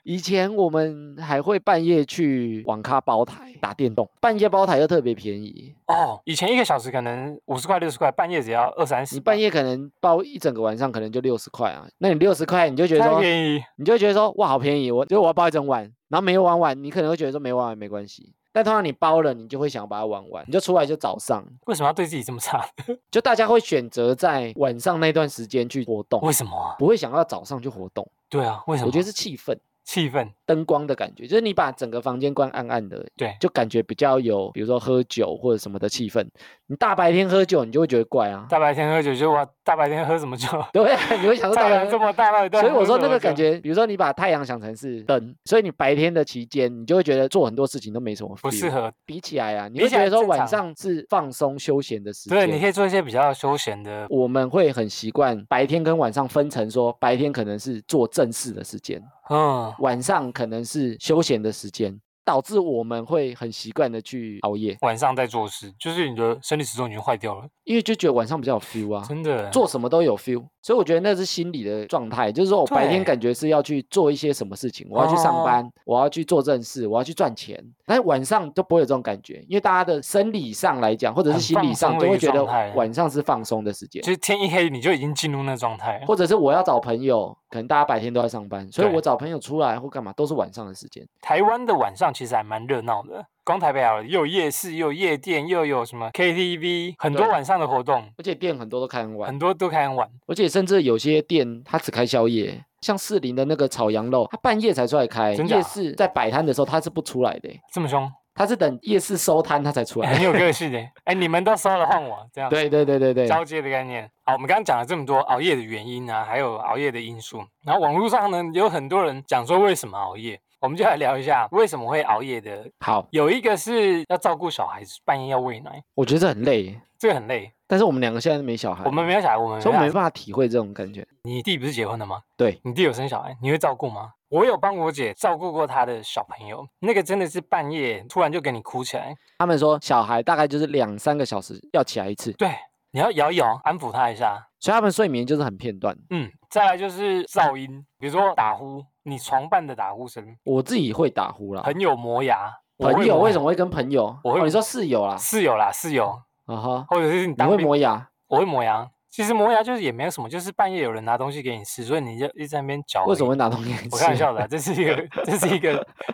Speaker 2: 以前我们还会半夜去网咖包台打电动，半夜包台又特别便宜，
Speaker 1: 哦，以前一个小时可能五十块六十块，半夜只要二三十，
Speaker 2: 你半夜可能包一整个晚上可能就六十块啊，那你六十块你就觉得
Speaker 1: 太
Speaker 2: 说，
Speaker 1: 便宜，
Speaker 2: 你就会觉得说哇好便宜，我就我要包一整晚，然后没玩完，你可能会觉得说没玩完没关系，但通常你包了，你就会想把它玩完，你就出来就早上，
Speaker 1: 为什么要对自己这么差？
Speaker 2: 就大家会选择在晚上那段时间去活动
Speaker 1: 为，什么啊？
Speaker 2: 不会想要早上去活动，
Speaker 1: 对啊，为什么？
Speaker 2: 我觉得是气氛。
Speaker 1: 气氛，
Speaker 2: 灯光的感觉，就是你把整个房间关暗暗的，
Speaker 1: 对
Speaker 2: 就感觉比较有，比如说喝酒或者什么的气氛。你大白天喝酒，你就会觉得怪啊，
Speaker 1: 大白天喝酒就哇，大白天喝什么酒？
Speaker 2: 对啊，你会想说大
Speaker 1: 太
Speaker 2: 白
Speaker 1: 阳这
Speaker 2: 天。
Speaker 1: 么 大到底在
Speaker 2: 所以我
Speaker 1: 喝
Speaker 2: 说
Speaker 1: 什
Speaker 2: 那
Speaker 1: 么
Speaker 2: 个感
Speaker 1: 酒
Speaker 2: 觉，比如说你把太阳想成是灯，所以你白天的期间，你就会觉得做很多事情都没什么 feel。
Speaker 1: 不适合，
Speaker 2: 比起来啊，你
Speaker 1: 比
Speaker 2: 会
Speaker 1: 起
Speaker 2: 觉得
Speaker 1: 来
Speaker 2: 说
Speaker 1: 正
Speaker 2: 晚
Speaker 1: 常
Speaker 2: 上是放松休闲的时间。
Speaker 1: 对，你可以做一些比较休闲的，
Speaker 2: 我们会很习惯白天跟晚上分成说，白天可能是做正事的时间，
Speaker 1: 嗯，
Speaker 2: 晚上可能是休闲的时间，导致我们会很习惯的去熬夜，
Speaker 1: 晚上在做事，就是你的生理时钟已经坏掉了，
Speaker 2: 因为就觉得晚上比较有 feel 啊，
Speaker 1: 真的。
Speaker 2: 做什么都有 feel，所以我觉得那是心理的状态，就是说我白天
Speaker 1: 对
Speaker 2: 感觉是要去做一些什么事情，我要去上
Speaker 1: 哦
Speaker 2: 班，我要去做正事，我要去赚钱，但是晚上都不会有这种感觉，因为大家的生理上来讲，或者是
Speaker 1: 很
Speaker 2: 心理
Speaker 1: 放
Speaker 2: 上
Speaker 1: 松的
Speaker 2: 都
Speaker 1: 一
Speaker 2: 会
Speaker 1: 个
Speaker 2: 觉得
Speaker 1: 状态
Speaker 2: 晚上是放松的时间
Speaker 1: 就。是天一黑你就已经进入那状态了，
Speaker 2: 或者是我要找朋友，可能大家白天都在上班，所以
Speaker 1: 对
Speaker 2: 我找朋友出来或干嘛都是晚上的时间。
Speaker 1: 台湾的晚上其实还蛮热闹的，光台北好了，又有夜市，又有夜店，又有什么 KTV，很多
Speaker 2: 对
Speaker 1: 晚上的活动，
Speaker 2: 而且店很多都开很晚，
Speaker 1: 很多都开很晚。
Speaker 2: 而且甚至有些店它只开宵夜，像士林的那个炒羊肉，它半夜才出来开，
Speaker 1: 真
Speaker 2: 夜
Speaker 1: 假
Speaker 2: 市在摆摊的时候它是不出来的欸，
Speaker 1: 这么 凶，
Speaker 2: 它是等夜市收摊它才出
Speaker 1: 哎
Speaker 2: 来。
Speaker 1: 很有个性的。哎，你们都收了换我，这样
Speaker 2: 对对对对对，
Speaker 1: 交接的概念。好，我们刚刚讲了这么多熬夜的原因啊，还有熬夜的因素。然后网络上呢，有很多人讲说为什么熬夜，我们就来聊一下为什么会熬夜的。
Speaker 2: 好，
Speaker 1: 有一个是要照顾小孩子，半夜要喂奶，
Speaker 2: 我觉得这很累，
Speaker 1: 这个很累。
Speaker 2: 但是我们两个现在没小孩，
Speaker 1: 我们没有小孩，我们
Speaker 2: 哎所以我
Speaker 1: 没
Speaker 2: 们
Speaker 1: 有
Speaker 2: 没。办法体会这种感觉。
Speaker 1: 你弟不是结婚了吗？
Speaker 2: 对，
Speaker 1: 你弟有生小孩，你会照顾吗？我有帮我姐照顾过她的小朋友，那个真的是半夜突然就给你哭起来，
Speaker 2: 他们说小孩大概就是两三个小时要起来一次，
Speaker 1: 对，你要摇一摇安抚他一下，
Speaker 2: 所以他们睡眠就是很片段。
Speaker 1: 嗯，再来就是噪音，比如说打呼，你床伴的打呼声，
Speaker 2: 我自己会打呼啦，
Speaker 1: 朋友磨牙，我
Speaker 2: 朋
Speaker 1: 会
Speaker 2: 友
Speaker 1: 磨
Speaker 2: 为
Speaker 1: 牙
Speaker 2: 什么会跟朋友？
Speaker 1: 我会
Speaker 2: 哦你说室友啦，
Speaker 1: 室友啦，室友，
Speaker 2: 啊哈，
Speaker 1: 或者是你
Speaker 2: 你
Speaker 1: 当
Speaker 2: 会
Speaker 1: 兵，
Speaker 2: 磨牙？
Speaker 1: 我会磨牙。其实磨牙就是也没有什么，就是半夜有人拿东西给你吃，所以你就一直在那边嚼而已。
Speaker 2: 为什么会拿东西吃？
Speaker 1: 我开玩笑的啊，这是一 个这是一个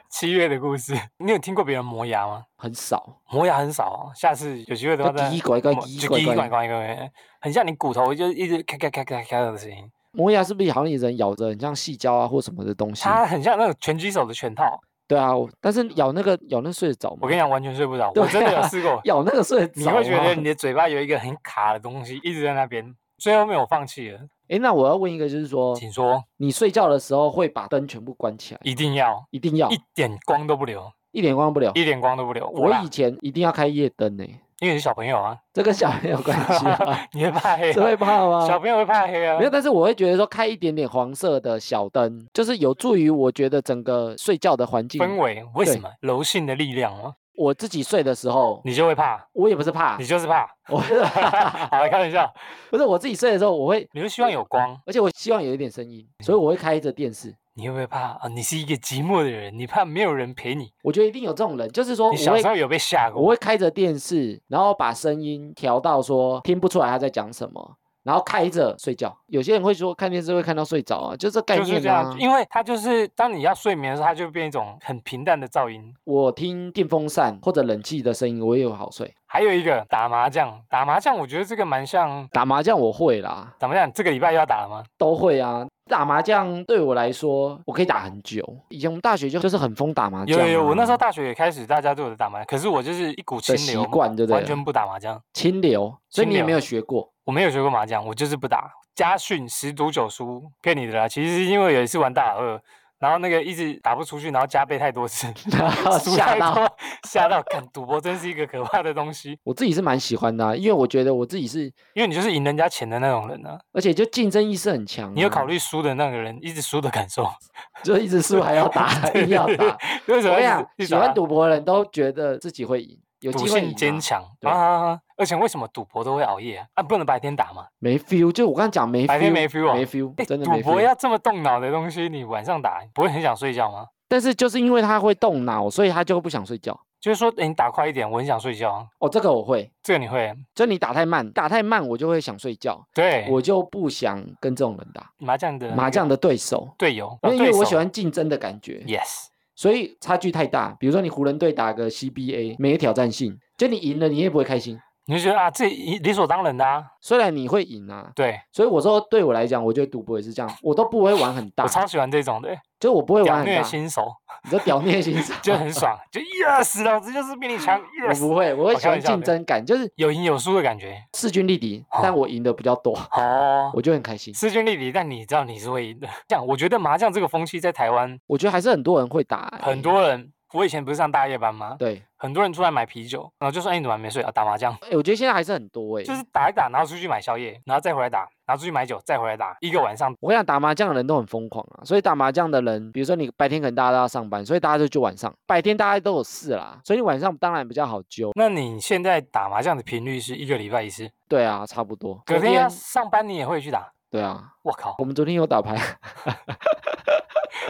Speaker 1: 七月的故事。你有听过别人磨牙吗？
Speaker 2: 很少。
Speaker 1: 磨牙很少啊，下次有机会的话
Speaker 2: 就叽
Speaker 1: 再
Speaker 2: 叽拐拐
Speaker 1: 磨
Speaker 2: 叽叽
Speaker 1: 就
Speaker 2: 拐
Speaker 1: 叽
Speaker 2: 拐
Speaker 1: 拐拐拐，很像你骨头就是一直咔咔咔咔咔的声音。
Speaker 2: 磨牙是不是好像有人咬着很像细胶啊或什么的东西？
Speaker 1: 它很像那种拳击手的拳套。
Speaker 2: 对啊，我但是咬那个咬那睡得着吗？
Speaker 1: 我跟你讲，完全睡不着，
Speaker 2: 对
Speaker 1: 我真的有
Speaker 2: 啊
Speaker 1: 试过。
Speaker 2: 咬那个睡得
Speaker 1: 你
Speaker 2: 着吗？
Speaker 1: 会觉得你的嘴巴有一个很卡的东西一直在那边，最后面我放弃了。
Speaker 2: 哎，那我要问一个，就是说
Speaker 1: 请说，
Speaker 2: 你睡觉的时候会把灯全部关起来，
Speaker 1: 一定要
Speaker 2: 一定要
Speaker 1: 一点光都不留，
Speaker 2: 一点光不了。
Speaker 1: 一点光都不留。我
Speaker 2: 我
Speaker 1: 啦
Speaker 2: 以，前一定要开夜灯呢、
Speaker 1: 因为你是小朋友啊，？
Speaker 2: 这跟小朋友有关系吗
Speaker 1: 你会怕黑、
Speaker 2: 这会
Speaker 1: 啊，
Speaker 2: 怕吗？
Speaker 1: 小朋友会怕黑啊
Speaker 2: 没。有，但是我会觉得说开一点点黄色的小灯，就是有助于我觉得整个睡觉的环境。
Speaker 1: 氛围为什
Speaker 2: 对
Speaker 1: 么柔性的力量吗？
Speaker 2: 我自己睡的时候，
Speaker 1: 你就会怕，
Speaker 2: 我也不是怕
Speaker 1: 你，就是怕。
Speaker 2: 我是
Speaker 1: 好了，开玩笑，
Speaker 2: 不是我自己睡的时候，我会
Speaker 1: 你是希望有光，
Speaker 2: 而且我希望有一点声音，所以我会开着电视。
Speaker 1: 你会不会怕啊？你是一个寂寞的人，你怕没有人陪你。
Speaker 2: 我觉得一定有这种人，就是哦说我
Speaker 1: 你小
Speaker 2: 会
Speaker 1: 时候有被吓过
Speaker 2: 我
Speaker 1: 吗？
Speaker 2: 会开着电视，然后把声音调到说听不出来他在讲什么，然后开着睡觉。有些人会说看电视会看到睡着啊，就这概
Speaker 1: 就是
Speaker 2: 念
Speaker 1: 这
Speaker 2: 啊
Speaker 1: 样，。因为它就是当你要睡眠的时候，它就变一种很平淡的噪音。
Speaker 2: 我听电风扇或者冷气的声音，我也有好睡。
Speaker 1: 还有一个打麻将，打麻将我觉得这个蛮像
Speaker 2: 打麻将我会啦，
Speaker 1: 打麻将，这个礼拜又要打了吗？
Speaker 2: 都会啊。打麻将对我来说，我可以打很久。以前我们大学就就是很疯打麻将、
Speaker 1: 有
Speaker 2: 啊，
Speaker 1: 有有，我那时候大学也开始大家都有打麻将，可是我就是一股清
Speaker 2: 的习
Speaker 1: 流，
Speaker 2: 惯，对不对？
Speaker 1: 完全不打麻将。
Speaker 2: 清流，所以
Speaker 1: 清
Speaker 2: 你也没
Speaker 1: 流
Speaker 2: 有 学过。
Speaker 1: 我没有学过麻将，我就是不打。家训十赌九输，骗你的啦。其实是因为有一次玩大老二，然后那个一直打不出去，然后加倍太多 次，
Speaker 2: 然后
Speaker 1: 输
Speaker 2: 吓
Speaker 1: 太
Speaker 2: 到
Speaker 1: 多，吓到。看赌博真是一个可怕的东西，
Speaker 2: 我自己是蛮喜欢的啊、因为我觉得我自己是，
Speaker 1: 因为你就是赢人家钱的那种人啊。
Speaker 2: 而且就竞争意识很强、啊
Speaker 1: 你有考，虑输的那个人一直输的感受？
Speaker 2: 就一直输还要打，
Speaker 1: 对
Speaker 2: 硬要
Speaker 1: 对
Speaker 2: 打。
Speaker 1: 为什
Speaker 2: 我
Speaker 1: 么
Speaker 2: 跟你
Speaker 1: 一
Speaker 2: 讲
Speaker 1: 直一直打
Speaker 2: 啊喜欢
Speaker 1: 他
Speaker 2: 赌博的人都觉得自己会赢，有
Speaker 1: 赌
Speaker 2: 机会赢
Speaker 1: 性坚
Speaker 2: 啊
Speaker 1: 强
Speaker 2: 对
Speaker 1: 啊！而且为什么赌博都会熬夜啊？啊，不能白天打吗？
Speaker 2: 没 feel，就我刚刚讲没 feel，
Speaker 1: 白天没 feel 啊
Speaker 2: 没 feel，
Speaker 1: 哎
Speaker 2: 真的
Speaker 1: 赌
Speaker 2: 没
Speaker 1: 博
Speaker 2: feel。
Speaker 1: 要这么动脑的东西，你晚上打不会很想睡觉吗？
Speaker 2: 但是就是因为他会动脑，所以他就不想睡觉。
Speaker 1: 就是说，哎，你打快一点，我很想睡觉啊。
Speaker 2: 哦，这个我会，
Speaker 1: 这个你会？
Speaker 2: 就你打太慢，打太慢我就会想睡觉，
Speaker 1: 对，
Speaker 2: 我就不想跟这种人打
Speaker 1: 麻将的那
Speaker 2: 麻
Speaker 1: 个
Speaker 2: 将的对手，
Speaker 1: 队友，啊
Speaker 2: 因为因为
Speaker 1: 对
Speaker 2: 我
Speaker 1: 手
Speaker 2: 喜欢竞争的感觉。
Speaker 1: Yes，
Speaker 2: 所以差距太大。比如说你湖人队打个 CBA，没有挑战性，就你赢了你也不会开心。
Speaker 1: 你就觉得啊，这一理所当然的啊。
Speaker 2: 虽然你会赢啊，
Speaker 1: 对
Speaker 2: 所以我说对我来讲，我觉得赌博也是这样，我都不会玩很大
Speaker 1: 我，超喜欢这种的，
Speaker 2: 就我不会玩
Speaker 1: 屌
Speaker 2: 很
Speaker 1: 虐
Speaker 2: 大，
Speaker 1: 新手
Speaker 2: 你就屌 虐心上
Speaker 1: 就很爽，就 Yes，老子就是比你强
Speaker 2: 我不
Speaker 1: ，Yes，
Speaker 2: 会，我
Speaker 1: 我
Speaker 2: 会喜
Speaker 1: 开
Speaker 2: 欢
Speaker 1: 玩笑
Speaker 2: 竞
Speaker 1: 的
Speaker 2: 争感，就是
Speaker 1: 有赢有输的感觉。
Speaker 2: 势均力敌，但
Speaker 1: 哦
Speaker 2: 我赢的比较多，
Speaker 1: 哦，
Speaker 2: 我就很开心。
Speaker 1: 势均力敌，但你知道你是会赢的。这样，我觉得麻将这个风气在台湾
Speaker 2: 我觉得还是很多人会打、欸
Speaker 1: 很。多人，我以前不是上大夜班吗？
Speaker 2: 对，
Speaker 1: 很多人出来买啤酒，然后就说：“哎，你怎么还没睡啊？打麻将，
Speaker 2: 哎、我觉得现在还是很多哎、
Speaker 1: 就是打一打，然后出去买宵夜，然后再回来打，然后出去买酒，再回来打，一个晚上。
Speaker 2: 我跟你讲，打麻将的人都很疯狂啊，所以打麻将的人，比如说你白天可能大家都要上班，所以大家就就晚上，白天大家都有事啦，所以你晚上当然比较好揪。”
Speaker 1: 那你现在打麻将的频率是一个礼拜一次，
Speaker 2: 对啊，差不多。
Speaker 1: 隔
Speaker 2: 昨
Speaker 1: 天要上班你也会去打？
Speaker 2: 对啊，
Speaker 1: 我靠，
Speaker 2: 我们昨天有打牌，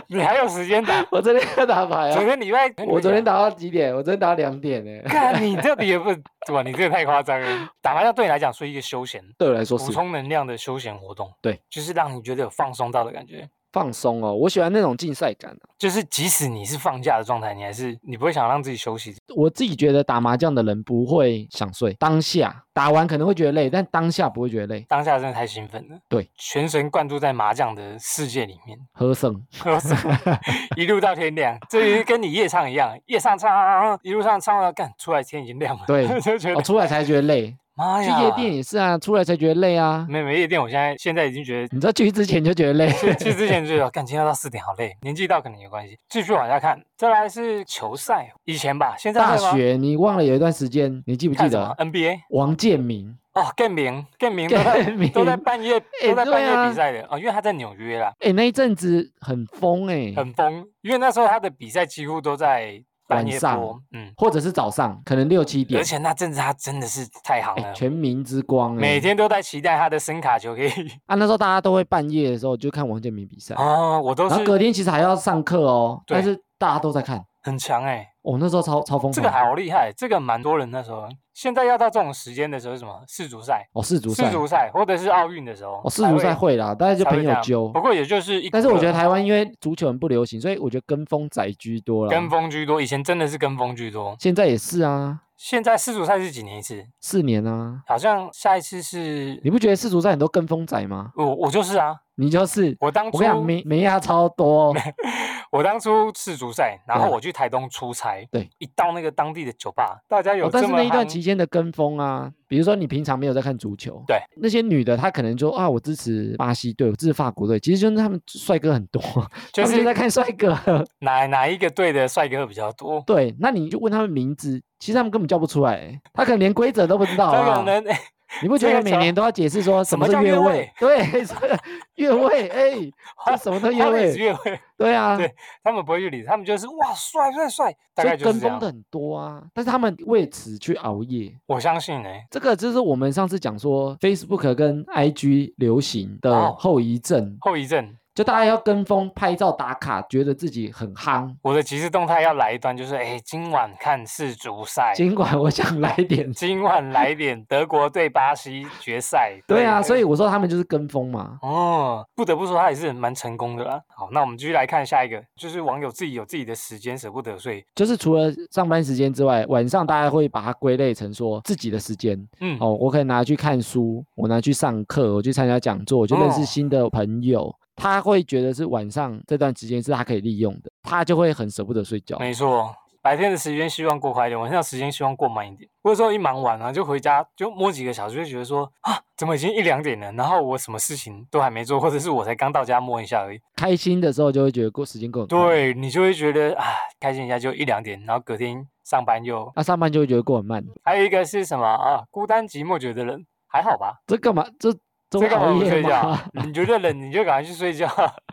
Speaker 1: 你还有时间 打？
Speaker 2: 我昨天有打牌
Speaker 1: 昨
Speaker 2: 啊。
Speaker 1: 天礼拜，
Speaker 2: 我昨天
Speaker 1: 打。
Speaker 2: 打到几点？我昨天打到两点欸 呢、
Speaker 1: 看你这底也不哇，你这个太夸张了。打麻将对你来讲是一个休闲，
Speaker 2: 对我来说
Speaker 1: 补
Speaker 2: 是
Speaker 1: 充能量的休闲活动。
Speaker 2: 对，
Speaker 1: 就是让你觉得有放松到的感觉。
Speaker 2: 放松哦，我喜欢那种竞赛感、啊。
Speaker 1: 就是即使你是放假的状态，你还是你不会想让自己休息。
Speaker 2: 我自己觉得打麻将的人不会想睡，当下打完可能会觉得累，但当下不会觉得累，
Speaker 1: 当下真的太兴奋了，
Speaker 2: 对，
Speaker 1: 全神贯注在麻将的世界里面，
Speaker 2: 喝剩。
Speaker 1: 喝什么一路到天亮，这也是跟你夜唱一样，夜唱唱一路上唱到干，出来天已经亮了，
Speaker 2: 对
Speaker 1: 就觉得、
Speaker 2: 哦，出来才觉得累，
Speaker 1: 妈
Speaker 2: 去
Speaker 1: 哎呀，嗯
Speaker 2: 夜店，也是啊，出来才觉得累啊。
Speaker 1: 没没夜店，我现在现在已经觉得。
Speaker 2: 你知道去之前就觉得累，
Speaker 1: 去去之前就有，感今天要到四点，好累。年纪到可能有关系。继续往下看，再来是球赛，以前吧，现在
Speaker 2: 大
Speaker 1: 会吗
Speaker 2: 学你忘了有一段时间，你记不记
Speaker 1: 看什么
Speaker 2: 得
Speaker 1: NBA
Speaker 2: 王建民？
Speaker 1: 哦，更名更 名都在
Speaker 2: 建民
Speaker 1: 都在半夜
Speaker 2: 哎
Speaker 1: 都在
Speaker 2: 对
Speaker 1: 半夜
Speaker 2: 啊
Speaker 1: 比赛的哦，因为他在纽约啦，
Speaker 2: 哎、那一阵子很疯哎、
Speaker 1: 很疯，因为那时候他的比赛几乎都在半
Speaker 2: 晚
Speaker 1: 夜
Speaker 2: 上
Speaker 1: 播，嗯，
Speaker 2: 或者是早上，可能六七点
Speaker 1: 而，且那阵子他真的是太行
Speaker 2: 哎
Speaker 1: 了，
Speaker 2: 全民之光、欸，
Speaker 1: 每天都在期待他的声卡球 可以。
Speaker 2: 啊，那时候大家都会半夜的时候就看王建民比赛，
Speaker 1: 哦，我都
Speaker 2: 然后
Speaker 1: 是
Speaker 2: 隔天其实还要上课哦，但
Speaker 1: 对
Speaker 2: 是大家都在看，
Speaker 1: 很强哎、
Speaker 2: 我、那时候超超疯狂，
Speaker 1: 这个好厉害，这个蛮多人那时候。现在要到这种时间的时候，什么世足赛、
Speaker 2: 哦世足
Speaker 1: 世
Speaker 2: 赛，
Speaker 1: 足赛或者是奥运的时候，
Speaker 2: 哦世
Speaker 1: 才
Speaker 2: 足赛
Speaker 1: 会
Speaker 2: 会啦，大家就
Speaker 1: 才会哦
Speaker 2: 朋
Speaker 1: 这
Speaker 2: 友
Speaker 1: 样
Speaker 2: 揪
Speaker 1: 不，过也就是一股热，
Speaker 2: 但是我觉得台湾因为足球很不流行，所以我觉得跟风仔居多啦，
Speaker 1: 跟风居多，以前真的是跟风居多。
Speaker 2: 现在也是啊，
Speaker 1: 现在世足赛是几年一次？
Speaker 2: 四年啊，
Speaker 1: 好像下一次是
Speaker 2: 你不觉得世足赛很多跟风仔吗？
Speaker 1: 我我就是啊，
Speaker 2: 你就是。
Speaker 1: 我当初
Speaker 2: 我跟你讲，没没压超多哦，
Speaker 1: 我当初世足赛，然后
Speaker 2: 对
Speaker 1: 我去台东出差，
Speaker 2: 对，
Speaker 1: 一到那个当地的酒吧，大家有
Speaker 2: 哦，但
Speaker 1: 这
Speaker 2: 是
Speaker 1: 么
Speaker 2: 那一段
Speaker 1: 夯
Speaker 2: 期间的跟风啊，比如说你平常没有在看足球，
Speaker 1: 对
Speaker 2: 那些女的她可能说啊，我支持巴西队，我支持法国队，其实就是他们帅哥很多，
Speaker 1: 就
Speaker 2: 他们就是在看帅哥。
Speaker 1: 哪哪一个队的帅哥比较多。
Speaker 2: 对，那你就问他们名字，其实他们根本叫不出来，欸他可能连规则都不知道
Speaker 1: 这个
Speaker 2: 啊。
Speaker 1: 人
Speaker 2: 你不觉
Speaker 1: 这
Speaker 2: 得
Speaker 1: 个
Speaker 2: 每
Speaker 1: 叫
Speaker 2: 年都要解释说什
Speaker 1: 什
Speaker 2: 么
Speaker 1: 么
Speaker 2: 是
Speaker 1: 叫
Speaker 2: 越
Speaker 1: 越
Speaker 2: 位？对，是越位，哎，
Speaker 1: 花
Speaker 2: 这什 么都越
Speaker 1: 花妹子
Speaker 2: 位，
Speaker 1: 约会，
Speaker 2: 对啊，
Speaker 1: 对他们不会去理，他们就是哇帅帅帅，大
Speaker 2: 所
Speaker 1: 概
Speaker 2: 以
Speaker 1: 就是这
Speaker 2: 跟风
Speaker 1: 样
Speaker 2: 的。很多啊，但是他们为此去熬夜，
Speaker 1: 我相信哎、
Speaker 2: 这个就是我们上次讲说 Facebook 跟 IG 流行的
Speaker 1: 哦
Speaker 2: 后遗症。
Speaker 1: 后遗症
Speaker 2: 就大家要跟风拍照打卡，觉得自己很夯。
Speaker 1: 我的即时动态要来一段，就是哎，今晚看世足赛，
Speaker 2: 尽管我想来 点，
Speaker 1: 今晚来点德国对巴西决赛。
Speaker 2: 对啊，所以我说他们就是跟风嘛。
Speaker 1: 哦，不得不说他也是蛮成功的啦。好，那我们继续来看下一个，就是网友自己有自己的时间舍不得睡。
Speaker 2: 就是除了上班时间之外，晚上大家会把它归类成说自己的时间。
Speaker 1: 嗯，
Speaker 2: 哦，我可以拿去看书，我拿去上课，我去参加讲座，我去认识
Speaker 1: 哦
Speaker 2: 新的朋友。他会觉得是晚上这段时间是他可以利用的，他就会很舍不得睡觉。
Speaker 1: 没错，白天的时间希望过快一点，晚上的时间希望过慢一点。我有时候一忙完啊，就回家就摸几个小时，就觉得说啊，怎么已经一两点了？然后我什么事情都还没做，或者是我才刚到家摸一下而已。
Speaker 2: 开心的时候就会觉得过时间过很快，
Speaker 1: 对你就会觉得啊，开心一下就一两点，然后隔天上班又。
Speaker 2: 那、上班就会觉得过很慢。
Speaker 1: 还有一个是什么啊？孤单寂寞觉得冷，还好吧？
Speaker 2: 这干嘛？这这
Speaker 1: 这
Speaker 2: 会
Speaker 1: 干嘛
Speaker 2: 熬
Speaker 1: 不
Speaker 2: 夜
Speaker 1: 睡觉
Speaker 2: 吗？？
Speaker 1: 你觉得冷你就赶快去睡觉，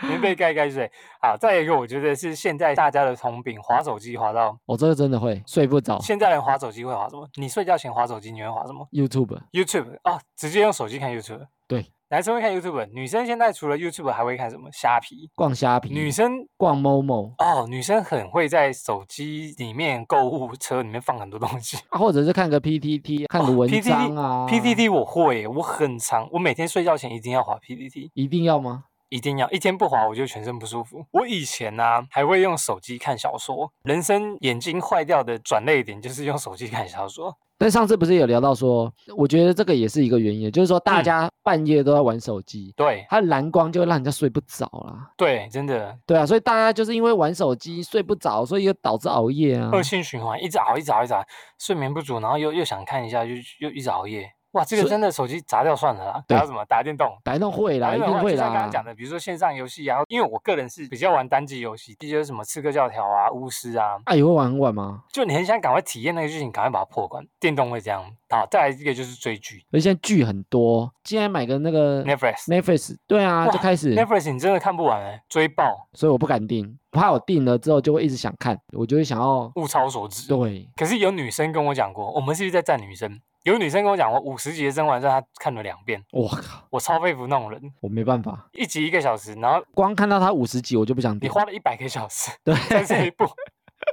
Speaker 1: 棉被盖盖睡。好，再一个我觉得是现在大家的通病，划手机划到
Speaker 2: 我、这个真的会睡不着。
Speaker 1: 现在人划手机会划什么？你睡觉前划手机，你会划什么
Speaker 2: YouTube，
Speaker 1: ？YouTube 哦，直接用手机看 YouTube。
Speaker 2: 对，
Speaker 1: 男生会看 YouTube，女生现在除了 YouTube 还会看什么？虾皮。
Speaker 2: 逛虾皮，
Speaker 1: 女生
Speaker 2: 逛某某
Speaker 1: 哦，女生很会在手机里面购物车里面放很多东西。
Speaker 2: 啊，或者是看个 PTT，看个
Speaker 1: 哦
Speaker 2: 文
Speaker 1: PTT
Speaker 2: 章啊。
Speaker 1: PPT 我会耶，我很常，我每天睡觉前一定要划 PPT，
Speaker 2: 一定要吗？
Speaker 1: 一定要，一天不划我就全身不舒服。我以前呢、还会用手机看小说，人生眼睛坏掉的转泪点就是用手机看小说。
Speaker 2: 但上次不是有聊到说，我觉得这个也是一个原因，就是说大
Speaker 1: 嗯
Speaker 2: 家半夜都在玩手机，
Speaker 1: 对
Speaker 2: 它的蓝光就会让人家睡不着啦。
Speaker 1: 对，真的
Speaker 2: 对啊，所以大家就是因为玩手机睡不着，所以又导致熬夜啊。
Speaker 1: 恶性循环，一直熬，一直熬，一直熬，睡眠不足，然后又又想看一下，又又一直熬夜。哇，这个
Speaker 2: 所以
Speaker 1: 真的手机砸掉算了啦，
Speaker 2: 对
Speaker 1: 还有什么打电动？
Speaker 2: 打电动会啦，
Speaker 1: 打
Speaker 2: 一
Speaker 1: 电
Speaker 2: 定
Speaker 1: 动
Speaker 2: 会
Speaker 1: 啊就像刚
Speaker 2: 啦
Speaker 1: 刚。讲的，比如说线上游戏啊，因为我个人是比较玩单机游戏，比如什么刺客教条啊、巫师啊，
Speaker 2: 啊，也会玩很晚吗？
Speaker 1: 就你很想赶快体验那个剧情，赶快把它破关。电动会这样。好，再来一个就是追剧
Speaker 2: 而且现在剧很多，竟然买个那个
Speaker 1: ，Netflix。
Speaker 2: 嗯 Netflix，对啊，
Speaker 1: 哇
Speaker 2: 就开始，
Speaker 1: Netflix 你真的看不完哎、追爆，
Speaker 2: 所以我不敢订，怕我订了之后就会一直想看，我就会想要，
Speaker 1: 物超所值。
Speaker 2: 对，
Speaker 1: 可是有女生跟我讲过，我们是不是在站女生？有女生跟我讲过，五十集的《甄嬛传》她看了两遍，
Speaker 2: 我靠，
Speaker 1: 我超佩服那种人，
Speaker 2: 我没办法，
Speaker 1: 一集一个小时，然后
Speaker 2: 光看到它五十集我就不想
Speaker 1: 你
Speaker 2: 订，
Speaker 1: 花了一百个小时
Speaker 2: 对，
Speaker 1: 在这一部，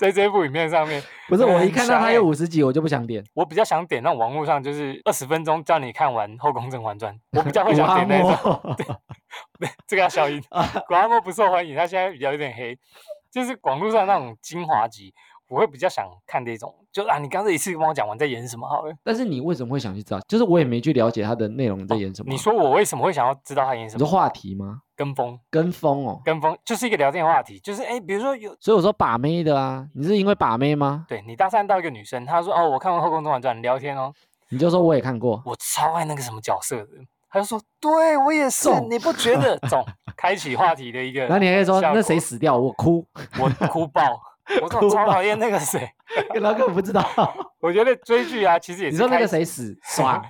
Speaker 1: 在这一部影片上面，
Speaker 2: 不是我一
Speaker 1: 很
Speaker 2: 看到
Speaker 1: 香
Speaker 2: 它
Speaker 1: 欸
Speaker 2: 有五十集我就不想点，
Speaker 1: 我比较想点那种网络上就是二十分钟叫你看完《后宫甄嬛传》，我比较会想
Speaker 2: 阿
Speaker 1: 点那 种。
Speaker 2: 莫
Speaker 1: 对，这个要消音
Speaker 2: 啊。
Speaker 1: 古阿莫不受欢迎，他现在比较有点黑，就是网络上那种精华集，我会比较想看这种，就啊，你刚才一次帮我讲完在演什么好了。
Speaker 2: 但是你为什么会想去知道？就是我也没去了解它的内容在演什么啊。
Speaker 1: 哦你说我为什么会想要知道他演什
Speaker 2: 你
Speaker 1: 么？
Speaker 2: 说话题吗？
Speaker 1: 跟风，
Speaker 2: 跟风哦，
Speaker 1: 跟风就是一个聊天话题，就是哎，比如说有。
Speaker 2: 所以我说把妹的啊，你是因为把妹吗？
Speaker 1: 对你搭讪到一个女生，她说：“哦，我看完《后宫甄嬛传》，聊天哦，
Speaker 2: 你就说我也看过，
Speaker 1: 我超爱那个什么角色的。”她就说：“对我也是，
Speaker 2: 中
Speaker 1: 你不觉得？”总开启话题的一个效
Speaker 2: 然
Speaker 1: 果。
Speaker 2: 后你还可以说那谁死掉，我哭，
Speaker 1: 我哭爆，我真的
Speaker 2: 哭
Speaker 1: 超
Speaker 2: 爆
Speaker 1: 讨厌那个谁。
Speaker 2: 然后根本不知道。
Speaker 1: 我觉得追剧啊，其实也是
Speaker 2: 你说那
Speaker 1: 开
Speaker 2: 个
Speaker 1: 启
Speaker 2: 谁死， 爽，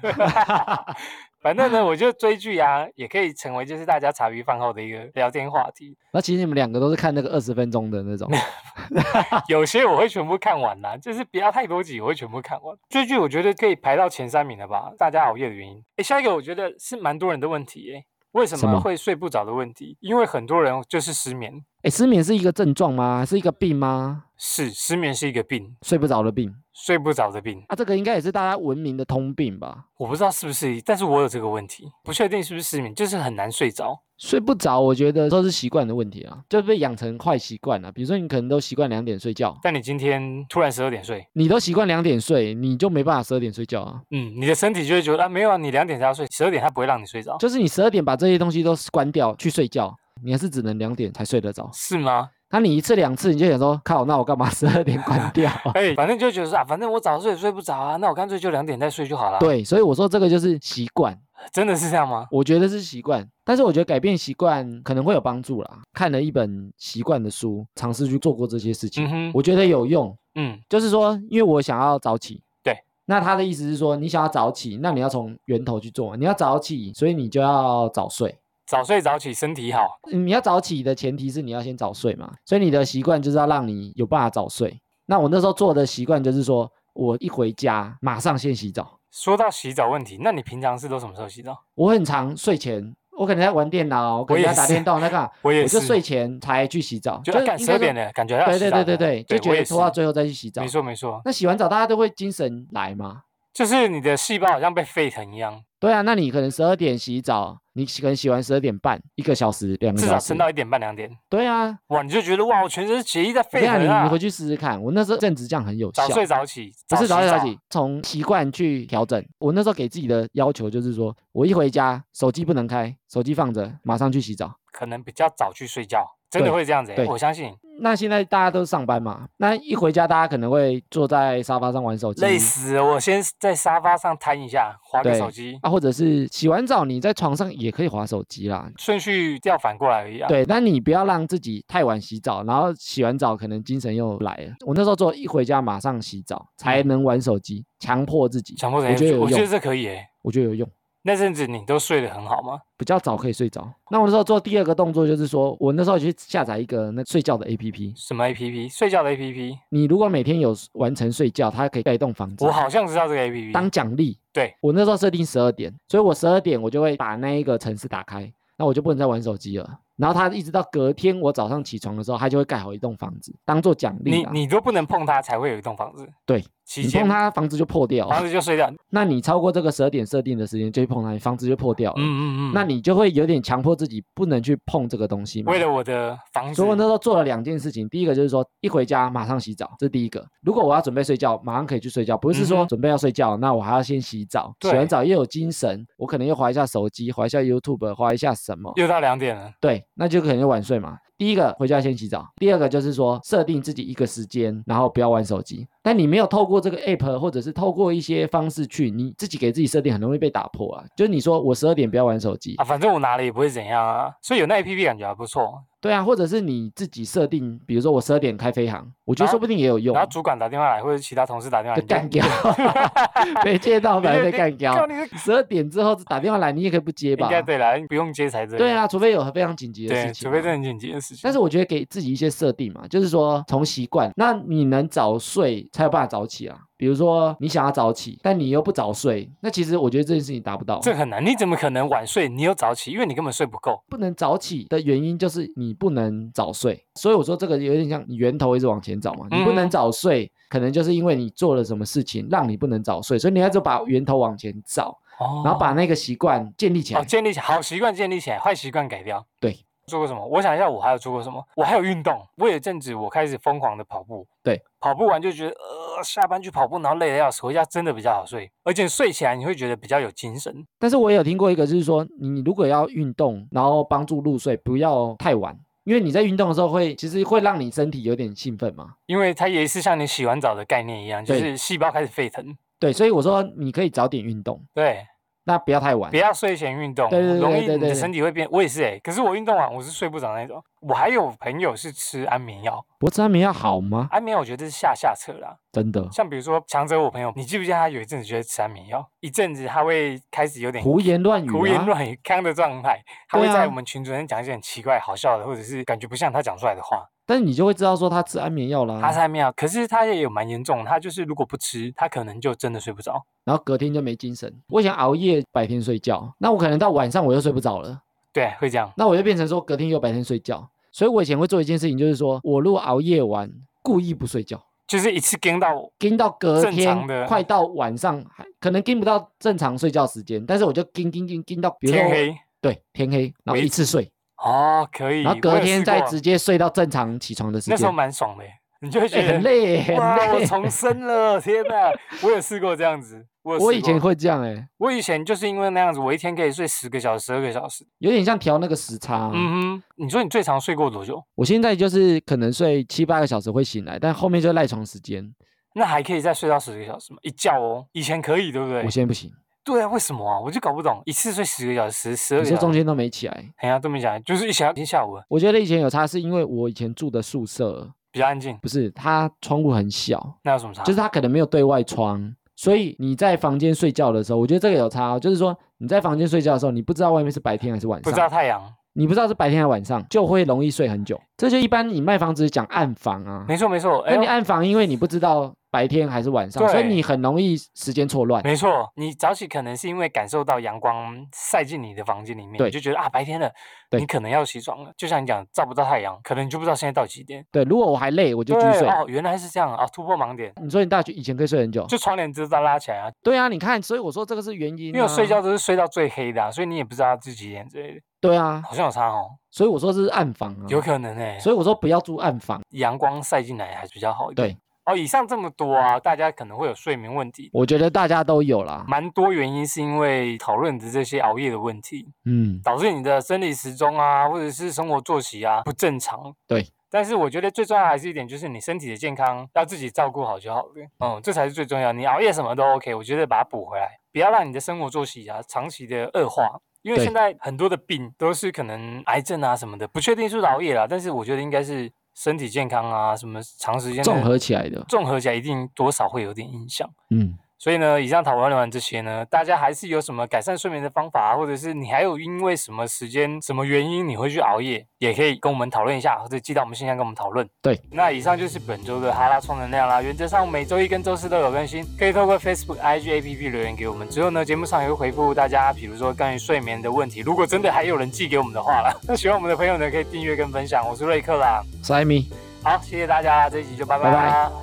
Speaker 1: 反正呢，我觉得追剧啊，也可以成为就是大家茶余饭后的一个聊天话题。
Speaker 2: 那其实你们两个都是看那个二十分钟的 那种，啊
Speaker 1: 有些我会全部看完啦，就是不要太多集，我会全部看完。追剧我觉得可以排到前三名了吧，大家熬夜的原因。诶，下一个我觉得是蛮多人的问题诶、为什
Speaker 2: 什
Speaker 1: 么
Speaker 2: 么
Speaker 1: 会睡不着的问题？因为很多人就是失眠，
Speaker 2: 哎，失眠是一个症状吗？是一个病吗？
Speaker 1: 是失眠是一个病，
Speaker 2: 睡不着的病
Speaker 1: 睡不着的病。
Speaker 2: 啊，这个应该也是大家文明的通病吧？
Speaker 1: 我不知道是不是，但是我有这个问题，不确定是不是失眠，就是很难睡着。
Speaker 2: 睡不着，我觉得都是习惯的问题啊，就被养成坏习惯了、比如说你可能都习惯两点睡觉，
Speaker 1: 但你今天突然十二点睡，
Speaker 2: 你都习惯两点睡，你就没办法十二点睡觉啊。
Speaker 1: 嗯，你的身体就会觉得啊，没有啊，你两点才要睡，十二点它不会让你睡着，
Speaker 2: 就是你十二点把这些东西都关掉去睡觉，你还是只能两点才睡得着。
Speaker 1: 是吗？
Speaker 2: 那你一次两次你就想说，靠，那我干嘛十二点关掉？
Speaker 1: 哎、反正就觉得说啊，反正我早睡也睡不着啊，那我干脆就两点再睡就好了。，
Speaker 2: 对，所以我说这个就是习惯，
Speaker 1: 真的是这样吗？
Speaker 2: 我觉得是习惯，但是我觉得改变习惯可能会有帮助啦。看了一本习惯的书，尝试去做过这些事情，
Speaker 1: 嗯哼，
Speaker 2: 我觉得有用。
Speaker 1: 嗯，
Speaker 2: 就是说，因为我想要早起，
Speaker 1: 对，
Speaker 2: 那他的意思是说，你想要早起，那你要从源头去做，你要早起，所以你就要早睡。
Speaker 1: 早睡早起身体好，
Speaker 2: 你要早起的前提是你要先早睡嘛，所以你的习惯就是要让你有办法早睡。那我那时候做的习惯就是说，我一回家马上先洗澡，
Speaker 1: 说到洗澡问题，那你平常是都什么时候洗澡？
Speaker 2: 我很常睡前我可能在玩电脑，我可
Speaker 1: 我
Speaker 2: 能
Speaker 1: 也
Speaker 2: 在打电
Speaker 1: 是
Speaker 2: 动，在干嘛？
Speaker 1: 我也
Speaker 2: 我
Speaker 1: 是，
Speaker 2: 就睡前才去洗澡，
Speaker 1: 就
Speaker 2: 就是
Speaker 1: 啊干十
Speaker 2: 应该
Speaker 1: 二
Speaker 2: 说
Speaker 1: 点了，感觉还要
Speaker 2: 对
Speaker 1: 洗
Speaker 2: 对
Speaker 1: 澡
Speaker 2: 对
Speaker 1: 的
Speaker 2: 对对，就觉
Speaker 1: 我也
Speaker 2: 得拖到
Speaker 1: 是
Speaker 2: 最后再去洗澡
Speaker 1: 没。错没错，
Speaker 2: 那洗完澡大家都会精神来嘛？
Speaker 1: 就是你的细胞好像被沸腾一样，
Speaker 2: 对啊，那你可能十二点洗澡，你洗可能洗完十二点半，一个小时、两个
Speaker 1: 至
Speaker 2: 小
Speaker 1: 少
Speaker 2: 时
Speaker 1: 撑。到一点半两点，
Speaker 2: 对啊，
Speaker 1: 哇，你就觉得哇，我全身血液在
Speaker 2: 我
Speaker 1: 沸
Speaker 2: 跟你讲，
Speaker 1: 腾
Speaker 2: 你
Speaker 1: 啊
Speaker 2: 你！回去试试看。我那时候正值这样很有效
Speaker 1: 早，睡早起，
Speaker 2: 不是
Speaker 1: 早
Speaker 2: 早睡
Speaker 1: 洗
Speaker 2: 早
Speaker 1: 澡
Speaker 2: 起，从习惯去调整。我那时候给自己的要求就是说，我一回家手机不能开，手机放着，马上去洗澡。
Speaker 1: 可能比较早去睡觉，真的
Speaker 2: 对
Speaker 1: 会这样子欸、
Speaker 2: 对
Speaker 1: 我相信
Speaker 2: 那现在大家都上班嘛，那一回家大家可能会坐在沙发上玩手机，
Speaker 1: 累死了。我先在沙发上瘫一下，划个
Speaker 2: 嗯对
Speaker 1: 手机，
Speaker 2: 啊，或者是洗完澡你在床上也可以划手机啦。
Speaker 1: 顺序调反过来而已啊。
Speaker 2: 对，那你不要让自己太晚洗澡，然后洗完澡可能精神又来了。我那时候做一回家马上洗澡，才
Speaker 1: 嗯
Speaker 2: 能玩手机，强迫自己，
Speaker 1: 强迫
Speaker 2: 我
Speaker 1: 人
Speaker 2: 觉得有
Speaker 1: 我觉得
Speaker 2: 用，
Speaker 1: 这可以诶、
Speaker 2: 我觉得有用，
Speaker 1: 那阵子你都睡得很好吗？
Speaker 2: 比较早可以睡着。那我那时候做第二个动作就是说，我那时候去下载一个那睡觉的 APP，
Speaker 1: 什么 A P P？睡觉的 A P P？
Speaker 2: 你如果每天有完成睡觉，它可以盖一栋房子
Speaker 1: 我。好像知道这个 A P P。
Speaker 2: 当奖励。
Speaker 1: 对
Speaker 2: 我那时候设定十二点，所以我十二点我就会把那一个城市打开，那我就不能再玩手机了。然后它一直到隔天我早上起床的时候，它就会盖好一栋房子当做奖励
Speaker 1: 你
Speaker 2: 啦。
Speaker 1: 你都不能碰它，才会有一栋房子。
Speaker 2: 对，
Speaker 1: 期
Speaker 2: 你
Speaker 1: 间
Speaker 2: 碰它，哦房子就破掉
Speaker 1: 房
Speaker 2: 了。
Speaker 1: 子就睡掉。
Speaker 2: 那你超过这个十二点设定的时间就去碰它，房子就破掉了。
Speaker 1: 嗯嗯嗯。
Speaker 2: 那你就会有点强迫自己不能去碰这个东西嘛。
Speaker 1: 为了我的房子
Speaker 2: 所以，我那时候做了两件事情，第一个就是说，一回家马上洗澡，这是第一个。如果我要准备睡觉，马上可以去睡觉，不是
Speaker 1: 嗯
Speaker 2: 说
Speaker 1: 哼
Speaker 2: 准备要睡觉，那我还要先洗澡，洗
Speaker 1: 对
Speaker 2: 完澡又有精神，我可能又划一下手机，划一下 YouTube，划一下什么，
Speaker 1: 又到两点了。
Speaker 2: 对，那就可能就晚睡嘛。第一个回家先洗澡，第二个就是说设定自己一个时间，然后不要玩手机。但你没有透过这个 app，或者是透过一些方式去，你自己给自己设定很容易被打破啊。就是你说我十二点不要玩手机，
Speaker 1: 啊，反正我拿了也不会怎样啊，所以有那 A P P 感觉还不错。
Speaker 2: 对啊，或者是你自己设定，比如说我十二点开飞航，我觉
Speaker 1: 然
Speaker 2: 得
Speaker 1: 后
Speaker 2: 说不定也有用
Speaker 1: 然。后主管打电话来，或者其他同事打电话
Speaker 2: 就
Speaker 1: 来，
Speaker 2: 干掉， 被接到
Speaker 1: 你就
Speaker 2: 反而被
Speaker 1: 你
Speaker 2: 干掉
Speaker 1: 靠。你这
Speaker 2: 十二点之后打电话来，你也可以不接
Speaker 1: 应
Speaker 2: 吧？
Speaker 1: 该对啦，不用接才对。
Speaker 2: 对，啊，除非有非常紧急的事
Speaker 1: 对，
Speaker 2: 情
Speaker 1: 除
Speaker 2: 嘛。
Speaker 1: 非这很紧急的事情。
Speaker 2: 但是我觉得给自己一些设定嘛，就是说从习惯，那你能早睡才有办法早起啊。比如说你想要早起，但你又不早睡，那其实我觉得这件事情达不到。
Speaker 1: 这很难，你怎么可能晚睡？你又早起，因为你根本睡不够。
Speaker 2: 不能早起的原因就是你不能早睡，所以我说这个有点像你源头一直往前找嘛。你不
Speaker 1: 嗯
Speaker 2: 能早睡，可能就是因为你做了什么事情让你不能早睡，所以你要就把源头往前找，
Speaker 1: 哦
Speaker 2: 然后把那个习惯建立起
Speaker 1: 哦
Speaker 2: 来。
Speaker 1: 建立起好习惯建立起来，坏习惯改掉。
Speaker 2: 对，
Speaker 1: 做过什么？我想一下，我还有做过什么？我还有运动。我有一阵子我开始疯狂的跑步，
Speaker 2: 对，
Speaker 1: 跑步完就觉得呃下班去跑步，然后累得要死，回家真的比较好睡，而且睡起来你会觉得比较有精神。
Speaker 2: 但是我也有听过一个，就是说你如果要运动，然后帮助入睡，不要太晚，因为你在运动的时候会，其实会让你身体有点兴奋嘛。
Speaker 1: 因为它也是像你洗完澡的概念一样，就
Speaker 2: 对
Speaker 1: 是细胞开始沸腾。
Speaker 2: 对，所以我说你可以早点运动，
Speaker 1: 对，
Speaker 2: 那不要太晚
Speaker 1: 不。要睡前运动，
Speaker 2: 对对对
Speaker 1: 容易
Speaker 2: 对对
Speaker 1: 你的
Speaker 2: 对
Speaker 1: 身体会变。我也是哎、可是我运动完我是睡不着那种。我还有朋友是吃安眠药，
Speaker 2: 不吃安眠药好吗？
Speaker 1: 安眠药我觉得是下下策啦。
Speaker 2: 真 的，
Speaker 1: 像比如说强者，我朋友，你记不记得他有一阵子觉得吃安眠药，一阵子他会开始有点
Speaker 2: 胡言乱语、啊，
Speaker 1: 胡言乱语、康的状态，他会
Speaker 2: 对
Speaker 1: 在
Speaker 2: 啊
Speaker 1: 我们群主间讲一些很奇怪、好笑的，或者是感觉不像他讲出来的话。
Speaker 2: 但是你就会知道说他吃安眠药啦，
Speaker 1: 他是安眠药，可是他也有蛮严重的，他就是如果不吃，他可能就真的睡不着。
Speaker 2: 然后隔天就没精神。我以前熬夜白天睡觉，那我可能到晚上我又睡不着了，
Speaker 1: 对，会这样。
Speaker 2: 那我就变成说隔天又白天睡觉。所以我以前会做一件事情，就是说我如果熬夜完，故意不睡觉，
Speaker 1: 就是一次跟到
Speaker 2: 盯到隔
Speaker 1: 正常
Speaker 2: 天
Speaker 1: 的
Speaker 2: 快到晚上，还可能盯不到正常睡觉时间，但是我就盯盯盯盯到，比如说
Speaker 1: 天
Speaker 2: 我
Speaker 1: 黑
Speaker 2: 对天黑，然后
Speaker 1: 为
Speaker 2: 一次睡，
Speaker 1: 哦，可以。
Speaker 2: 然后
Speaker 1: 我
Speaker 2: 隔
Speaker 1: 有
Speaker 2: 天
Speaker 1: 试
Speaker 2: 再
Speaker 1: 过
Speaker 2: 直接睡到正常起床的时
Speaker 1: 那时候
Speaker 2: 间，
Speaker 1: 蛮爽的欸，你就会觉
Speaker 2: 欸、
Speaker 1: 得
Speaker 2: 很累 欸，
Speaker 1: 哇，
Speaker 2: 很
Speaker 1: 我
Speaker 2: 累。
Speaker 1: 重生了！天哪，我有试过这样子。我有
Speaker 2: 我
Speaker 1: 试
Speaker 2: 以前
Speaker 1: 过
Speaker 2: 会这样哎、
Speaker 1: 我以前就是因为那样子，我一天可以睡十个小时、十二个小时。
Speaker 2: 有点像调那个时差啊、
Speaker 1: 嗯哼，你说你最长睡过多久？
Speaker 2: 我现在就是可能睡七八个小时会醒来，但后面就赖床时间，
Speaker 1: 那还可以再睡到十个小时吗？一觉哦，以前可以，对不对
Speaker 2: 我？现在不行。
Speaker 1: 对啊，为什么啊？我就搞不懂，一次睡十个小时、十二
Speaker 2: 你
Speaker 1: 个
Speaker 2: 说
Speaker 1: 小
Speaker 2: 中
Speaker 1: 时。
Speaker 2: 间都没起来，
Speaker 1: 哎呀，这么讲，就是一下一下午了
Speaker 2: 我觉得以前有差，是因为我以前住的宿舍
Speaker 1: 比较安静，
Speaker 2: 不是它窗户很小，
Speaker 1: 那有什么差？
Speaker 2: 就是它可能没有对外窗，所以你在房间睡觉的时候，我觉得这个有差、哦，就是说你在房间睡觉的时候，你不知道外面是白天还是晚
Speaker 1: 不知道
Speaker 2: 上，
Speaker 1: 太阳。
Speaker 2: 你不知道是白天还是晚上，就会容易睡很久。这就一般你卖房子讲暗房啊，
Speaker 1: 没错没错，哎
Speaker 2: 那你
Speaker 1: 呦，
Speaker 2: 暗房，因为你不知道白天还是晚上，所以
Speaker 1: 对
Speaker 2: 你很容易时间错乱。
Speaker 1: 没错，你早起可能是因为感受到阳光晒进你的房间里面，
Speaker 2: 对
Speaker 1: 你就觉得啊白天了，
Speaker 2: 对
Speaker 1: 你可能要起床了。就像你讲照不到太阳，可能你就不知道现在到几点。
Speaker 2: 对，如果我还累，我就
Speaker 1: 对
Speaker 2: 继续睡。
Speaker 1: 哦，原来是这样啊，突破盲点，
Speaker 2: 你说你大学以前可以睡很久，
Speaker 1: 就窗帘直接拉起来啊，
Speaker 2: 对啊，你看，所以我说这个是原因、啊。
Speaker 1: 因为我睡觉都是睡到最黑的、啊，所以你也不知道自己眼之类的，
Speaker 2: 对啊，
Speaker 1: 好像有差哦，
Speaker 2: 所以我说这是暗房啊，
Speaker 1: 有可能哎、
Speaker 2: 所以我说不要住暗房。
Speaker 1: 阳光晒进来还是比较好一点。
Speaker 2: 对，
Speaker 1: 哦，以上这么多啊，大家可能会有睡眠问题，
Speaker 2: 我觉得大家都有啦，
Speaker 1: 蛮多原因是因为讨论的这些熬夜的问题，
Speaker 2: 嗯，
Speaker 1: 导致你的生理时钟啊，或者是生活作息啊不正常。
Speaker 2: 对。
Speaker 1: 但是我觉得最重要还是一点，就是你身体的健康要自己照顾好就好了。嗯，这才是最重要。你熬夜什么都 OK，我觉得把它补回来，不要让你的生活作息啊长期的恶化。因为
Speaker 2: 对
Speaker 1: 现在很多的病都是可能癌症啊什么的，不确定是不是熬夜啦，但是我觉得应该是身体健康啊，什么长时间的
Speaker 2: 综合起来的，
Speaker 1: 综合起来一定多少会有点影响。
Speaker 2: 嗯，
Speaker 1: 所以呢，以上讨论完这些呢，大家还是有什么改善睡眠的方法啊，或者是你还有因为什么时间、什么原因你会去熬夜，也可以跟我们讨论一下，或者寄到我们信箱跟我们讨论。
Speaker 2: 对，
Speaker 1: 那以上就是本周的哈拉充能量啦。原则上每周一跟周四都有更新，可以透过 Facebook、IG、APP 留言给我们。之后呢，节目上也会回复大家，比如说关于睡眠的问题，如果真的还有人寄给我们的话啦， 那喜欢我们的朋友呢，可以订阅跟分享。我是瑞克啦，
Speaker 2: 塞米。
Speaker 1: 好，谢谢大家，这一集就拜拜
Speaker 2: 拜
Speaker 1: 啦。